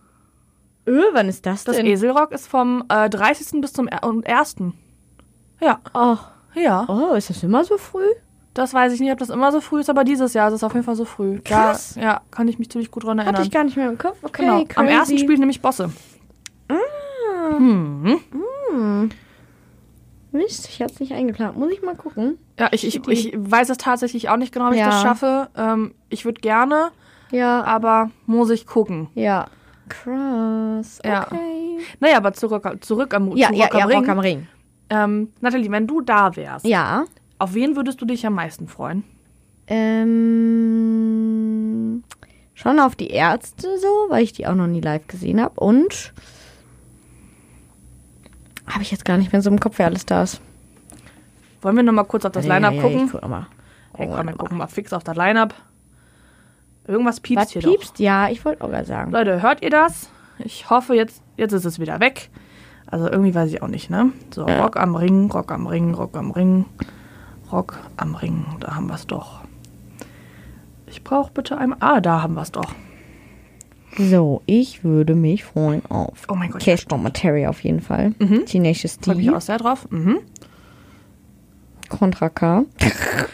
Speaker 1: Öh, wann ist das
Speaker 2: Das E-
Speaker 1: denn?
Speaker 2: Eselrock ist vom äh, 30. bis zum er- und 1. Ja,
Speaker 1: oh.
Speaker 2: ja.
Speaker 1: oh, ist das immer so früh?
Speaker 2: Das weiß ich nicht, ob das immer so früh ist, aber dieses Jahr ist es auf jeden Fall so früh.
Speaker 1: Krass.
Speaker 2: Da, ja, kann ich mich ziemlich gut dran
Speaker 1: Hatte
Speaker 2: erinnern.
Speaker 1: ich gar nicht mehr im Kopf. Okay,
Speaker 2: genau.
Speaker 1: crazy.
Speaker 2: Am ersten spielt nämlich Bosse.
Speaker 1: Mist, ich hab's nicht eingeplant. Muss ich mal gucken.
Speaker 2: Ja, ich, ich, ich weiß es tatsächlich auch nicht genau, ob ich
Speaker 1: Ja.
Speaker 2: das schaffe. Ähm, ich würde gerne,
Speaker 1: Ja,
Speaker 2: aber muss ich gucken.
Speaker 1: ja. Krass.
Speaker 2: Ja.
Speaker 1: Okay.
Speaker 2: Naja, aber zurück, zurück am,
Speaker 1: Ja,
Speaker 2: zu
Speaker 1: ja,
Speaker 2: Rock
Speaker 1: ja,
Speaker 2: am Ring.
Speaker 1: Rock am Ring.
Speaker 2: Ähm, Nathalie, wenn du da wärst,
Speaker 1: Ja.
Speaker 2: auf wen würdest du dich am meisten freuen?
Speaker 1: Ähm, schon auf die Ärzte so, weil ich die auch noch nie live gesehen habe. Und habe ich jetzt gar nicht mehr so im Kopf, wer alles da ist.
Speaker 2: Wollen wir nochmal kurz auf das
Speaker 1: Ja,
Speaker 2: Line-Up
Speaker 1: ja, ja,
Speaker 2: gucken?
Speaker 1: ich guck noch mal. Oh,
Speaker 2: Ey, komm, wir
Speaker 1: Was
Speaker 2: gucken mal fix auf das Line-Up. Irgendwas piepst hier
Speaker 1: piepst? Ja, ich wollte auch gerade sagen.
Speaker 2: doch. Leute, hört ihr das? Ich hoffe, jetzt, jetzt ist es wieder weg. Also irgendwie weiß ich auch nicht, ne? So,
Speaker 1: Ja.
Speaker 2: Rock am Ring, Rock am Ring, Rock am Ring, Rock am Ring. Da haben wir es doch. Ich brauche bitte ein... Ah, da haben wir es doch.
Speaker 1: So, ich würde mich freuen auf
Speaker 2: Oh mein Gott.
Speaker 1: Cash Bomb Terry auf jeden Fall. Mhm. Tenacious
Speaker 2: Freue mich
Speaker 1: D,
Speaker 2: auch sehr drauf. Mhm.
Speaker 1: Contra K.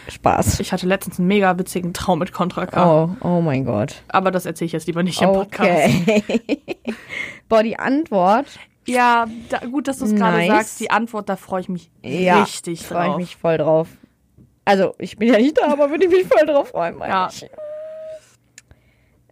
Speaker 1: Spaß.
Speaker 2: Ich hatte letztens einen mega witzigen Traum mit Contra K.
Speaker 1: Oh, oh mein Gott.
Speaker 2: Aber das erzähle ich jetzt lieber nicht im Podcast.
Speaker 1: Okay. Boah, die Antwort.
Speaker 2: Ja, da, gut, dass du es gerade
Speaker 1: Nice.
Speaker 2: sagst. Die Antwort, da freue ich mich
Speaker 1: Ja,
Speaker 2: richtig
Speaker 1: freue ich
Speaker 2: drauf.
Speaker 1: mich voll drauf. Also, ich bin ja nicht da, aber würde ich mich voll drauf freuen, meine
Speaker 2: Ja.
Speaker 1: ich.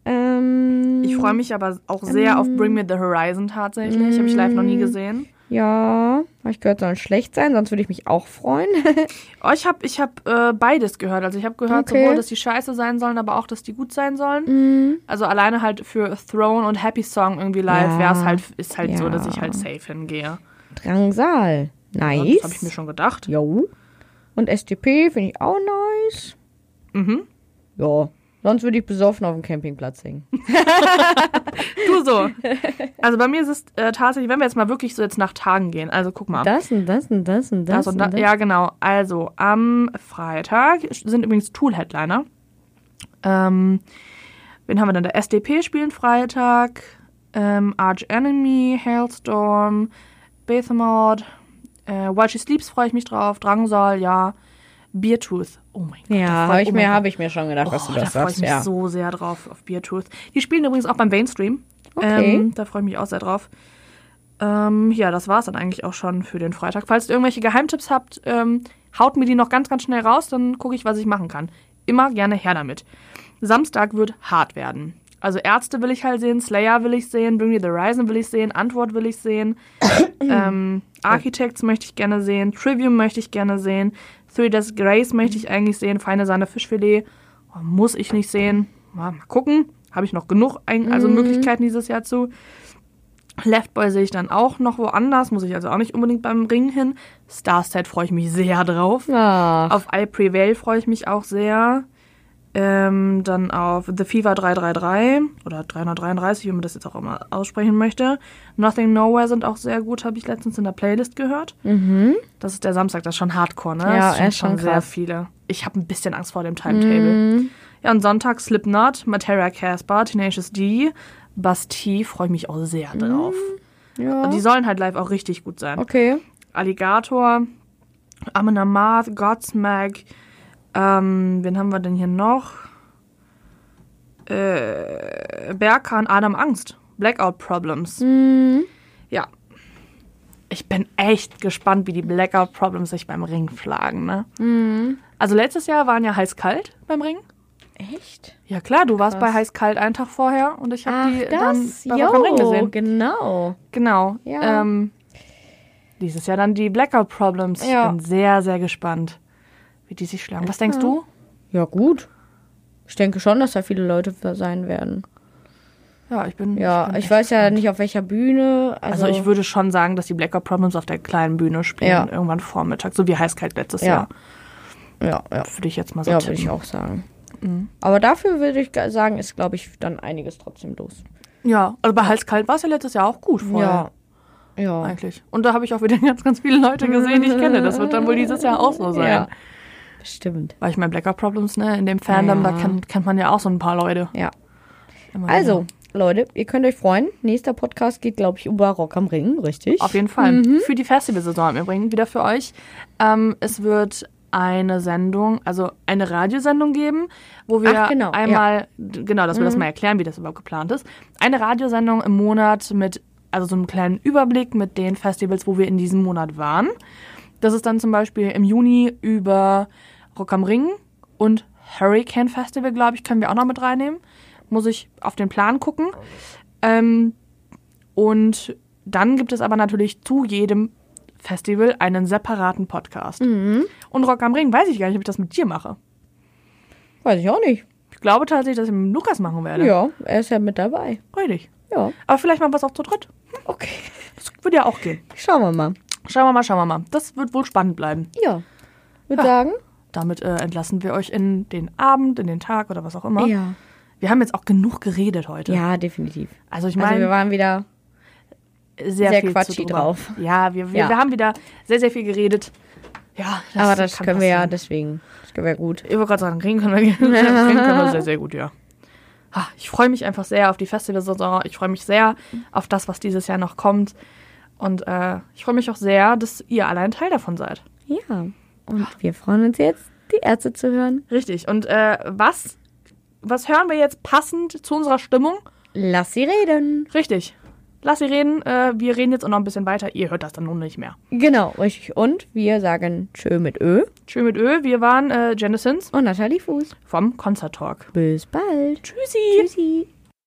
Speaker 1: Ähm,
Speaker 2: Ich freue mich aber auch sehr auf Bring Me the Horizon tatsächlich. Habe ich live noch nie
Speaker 1: Mhm.
Speaker 2: gesehen.
Speaker 1: Ja, habe ich gehört, soll schlecht sein, sonst würde ich mich auch freuen.
Speaker 2: Oh, ich habe ich hab, äh, beides gehört. Also ich habe gehört
Speaker 1: Okay. Mhm.
Speaker 2: sowohl, dass die scheiße sein sollen, aber auch, dass die gut sein sollen. Also alleine halt für Throne und Happy Song irgendwie live
Speaker 1: Ja.
Speaker 2: wäre es halt, ist halt so,
Speaker 1: Ja.
Speaker 2: dass ich halt safe hingehe.
Speaker 1: Drangsal.
Speaker 2: Ja, Das habe ich mir
Speaker 1: Nice.
Speaker 2: schon gedacht.
Speaker 1: Jo. Und SDP finde ich auch nice.
Speaker 2: Mhm.
Speaker 1: Ja. Sonst würde ich besoffen auf dem Campingplatz singen.
Speaker 2: Du so. Also bei mir ist es äh, tatsächlich, wenn wir jetzt mal wirklich so jetzt nach Tagen gehen. Also guck mal.
Speaker 1: Das und das und das und das.
Speaker 2: Das und da, ja, genau. Also am Freitag sind übrigens Tool-Headliner. Ähm, wen haben wir denn da? SDP spielen Freitag, ähm, Arch Enemy, Hailstorm, Behemoth, äh, While She Sleeps freue ich mich drauf, Drangsal, ja, Beartooth. Oh mein Gott. da
Speaker 1: Ja,
Speaker 2: freu-
Speaker 1: habe ich,
Speaker 2: oh
Speaker 1: mir-
Speaker 2: mein Gott.
Speaker 1: hab ich mir schon gedacht, dass du
Speaker 2: Oh, da
Speaker 1: das
Speaker 2: freue ich
Speaker 1: sagst.
Speaker 2: mich
Speaker 1: Ja.
Speaker 2: so sehr drauf auf Beartooth. Die spielen übrigens auch beim Mainstream.
Speaker 1: Okay.
Speaker 2: Ähm, da freue ich mich auch sehr drauf. Ähm, ja, das war es dann eigentlich auch schon für den Freitag. Falls ihr irgendwelche Geheimtipps habt, ähm, haut mir die noch ganz, ganz schnell raus, dann gucke ich, was ich machen kann. Immer gerne her damit. Samstag wird hart werden. Also Ärzte will ich halt sehen, Slayer will ich sehen, Bring Me the Horizon will ich sehen, Antwort will ich sehen, ähm, Architects möchte ich gerne sehen, Trivium möchte ich gerne sehen, Three Days Grace möchte ich eigentlich sehen, Feine Sahne Fischfilet oh, muss ich nicht sehen. Mal, mal gucken, habe ich noch genug ein, also Möglichkeiten dieses Jahr zu. Left Boy sehe ich dann auch noch woanders, muss ich also auch nicht unbedingt beim Ring hin. Starset freue ich mich sehr drauf.
Speaker 1: Ach,
Speaker 2: Auf I Prevail freue ich mich auch sehr. ähm, dann auf The Fever 333 oder 333, wie man das jetzt auch immer aussprechen möchte. Nothing Nowhere sind auch sehr gut, habe ich letztens in der Playlist gehört. Das ist der Samstag, das ist schon Hardcore, ne?
Speaker 1: Mhm. Ja,
Speaker 2: das sind
Speaker 1: er ist schon
Speaker 2: sehr
Speaker 1: krass. Mhm.
Speaker 2: viele. Ich habe ein bisschen Angst vor dem Timetable. Ja, und Sonntag Slipknot, Materia Casper, Tenacious D, Bastille, freue ich mich auch sehr drauf.
Speaker 1: Mhm. Ja.
Speaker 2: Die sollen halt live auch richtig gut sein.
Speaker 1: Okay.
Speaker 2: Alligator, Amon Amarth, Godsmack. Ähm, wen haben wir denn hier noch? Äh, Berkan, Adam Angst, Blackout Problems.
Speaker 1: Mhm.
Speaker 2: Ja. Ich bin echt gespannt, wie die Blackout Problems sich beim Ring schlagen. Ne?
Speaker 1: Mhm.
Speaker 2: Also letztes Jahr waren ja heiß-kalt beim Ring.
Speaker 1: Echt?
Speaker 2: Ja klar, du warst
Speaker 1: Krass.
Speaker 2: bei heiß-kalt einen Tag vorher und ich habe
Speaker 1: Ach,
Speaker 2: die
Speaker 1: das?
Speaker 2: dann bei Rock am Ring
Speaker 1: Jo,
Speaker 2: gesehen.
Speaker 1: genau.
Speaker 2: Genau.
Speaker 1: Ja.
Speaker 2: Ähm, dieses Jahr dann die Blackout Problems.
Speaker 1: Ja.
Speaker 2: Ich bin sehr, sehr gespannt, wie die sich schlagen. Was denkst du?
Speaker 1: Ja, gut. Ich denke schon, dass da viele Leute sein werden.
Speaker 2: Ja, ich bin.
Speaker 1: Ja,
Speaker 2: bin
Speaker 1: ich
Speaker 2: echt-
Speaker 1: weiß ja nicht, auf welcher Bühne. Also,
Speaker 2: Also, ich würde schon sagen, dass die Blackout Problems auf der kleinen Bühne spielen.
Speaker 1: Ja.
Speaker 2: Irgendwann Vormittag, so wie Heißkalt letztes
Speaker 1: Ja.
Speaker 2: Jahr.
Speaker 1: Ja, ja.
Speaker 2: Würde ich jetzt mal so
Speaker 1: Ja, würde
Speaker 2: tippen.
Speaker 1: ich auch sagen. Mhm. Aber dafür würde ich ge- sagen, ist, glaube ich, dann einiges trotzdem los.
Speaker 2: Ja, also bei Heißkalt war es ja letztes Jahr auch gut voll.
Speaker 1: Ja.
Speaker 2: Eigentlich. Und da habe ich auch wieder ganz, ganz viele Leute gesehen, die ich kenne. Das wird dann wohl dieses Jahr auch so sein.
Speaker 1: Ja. Ah, Stimmt.
Speaker 2: Weil ich meine, Blackout Problems, ne, in dem Fandom, da kennt, kennt man ja auch so ein paar Leute.
Speaker 1: Ja.
Speaker 2: Immer
Speaker 1: Also, Leute, ihr könnt euch freuen. Nächster Podcast geht, glaube ich, über Rock am Ring, richtig?
Speaker 2: Auf jeden Fall. Für die Festivalsaison im Übrigen wieder für euch. Ähm, es wird eine Sendung, also eine Radiosendung geben, wo wir
Speaker 1: Ach, genau, Mhm.
Speaker 2: einmal, d- genau, dass wir das mal erklären, wie das überhaupt geplant ist. Eine Radiosendung im Monat mit, also so einem kleinen Überblick mit den Festivals, wo wir in diesem Monat waren. Das ist dann zum Beispiel im Juni über Rock am Ring und Hurricane Festival, glaube ich, können wir auch noch mit reinnehmen. Muss ich auf den Plan gucken. Ähm, und dann gibt es aber natürlich zu jedem Festival einen separaten Podcast.
Speaker 1: Mhm.
Speaker 2: Und Rock am Ring weiß ich gar nicht, ob ich das mit dir mache.
Speaker 1: Weiß ich auch nicht.
Speaker 2: Ich glaube tatsächlich, dass ich mit Lukas machen werde.
Speaker 1: Ja, er ist ja mit dabei.
Speaker 2: Freu dich.
Speaker 1: Ja.
Speaker 2: Aber vielleicht machen wir es auch zu dritt.
Speaker 1: Okay.
Speaker 2: Das würde ja auch gehen.
Speaker 1: Schauen wir mal.
Speaker 2: Schauen wir mal, schauen wir mal. Das wird wohl spannend bleiben.
Speaker 1: Ja. Würde sagen.
Speaker 2: Damit äh, entlassen wir euch in den Abend, in den Tag oder was auch immer.
Speaker 1: Ja.
Speaker 2: Wir haben jetzt auch genug geredet heute.
Speaker 1: Ja, definitiv.
Speaker 2: Also ich
Speaker 1: Also
Speaker 2: meine,
Speaker 1: wir waren wieder.
Speaker 2: sehr,
Speaker 1: sehr
Speaker 2: viel
Speaker 1: quatschig
Speaker 2: zu drüber.
Speaker 1: drauf.
Speaker 2: Ja wir, wir,
Speaker 1: Ja.
Speaker 2: wir haben wieder sehr, sehr viel geredet. Ja,
Speaker 1: aber das
Speaker 2: kann
Speaker 1: können wir ja,
Speaker 2: passieren.
Speaker 1: deswegen. Das können wir gut.
Speaker 2: Ich wollte gerade sagen, reden können wir, reden können wir sehr, sehr gut, ja. Ha, Ich freue mich einfach sehr auf die Festivalsaison. Ich freue mich sehr auf das, was dieses Jahr noch kommt. Und äh, ich freue mich auch sehr, dass ihr alle ein Teil davon seid.
Speaker 1: Ja. Und wir freuen uns jetzt, die Ärzte zu hören.
Speaker 2: Richtig. Und äh, was, was hören wir jetzt passend zu unserer Stimmung?
Speaker 1: Lass sie reden.
Speaker 2: Richtig. Lass sie reden. Äh, wir reden jetzt auch noch ein bisschen weiter. Ihr hört das dann nun nicht mehr.
Speaker 1: Genau, richtig. Und wir sagen Tschö mit Ö
Speaker 2: Tschö mit Ö. Wir waren äh, Janisons
Speaker 1: und Nathalie Fuß.
Speaker 2: vom Concert Talk.
Speaker 1: Bis bald.
Speaker 2: Tschüssi.
Speaker 1: Tschüssi.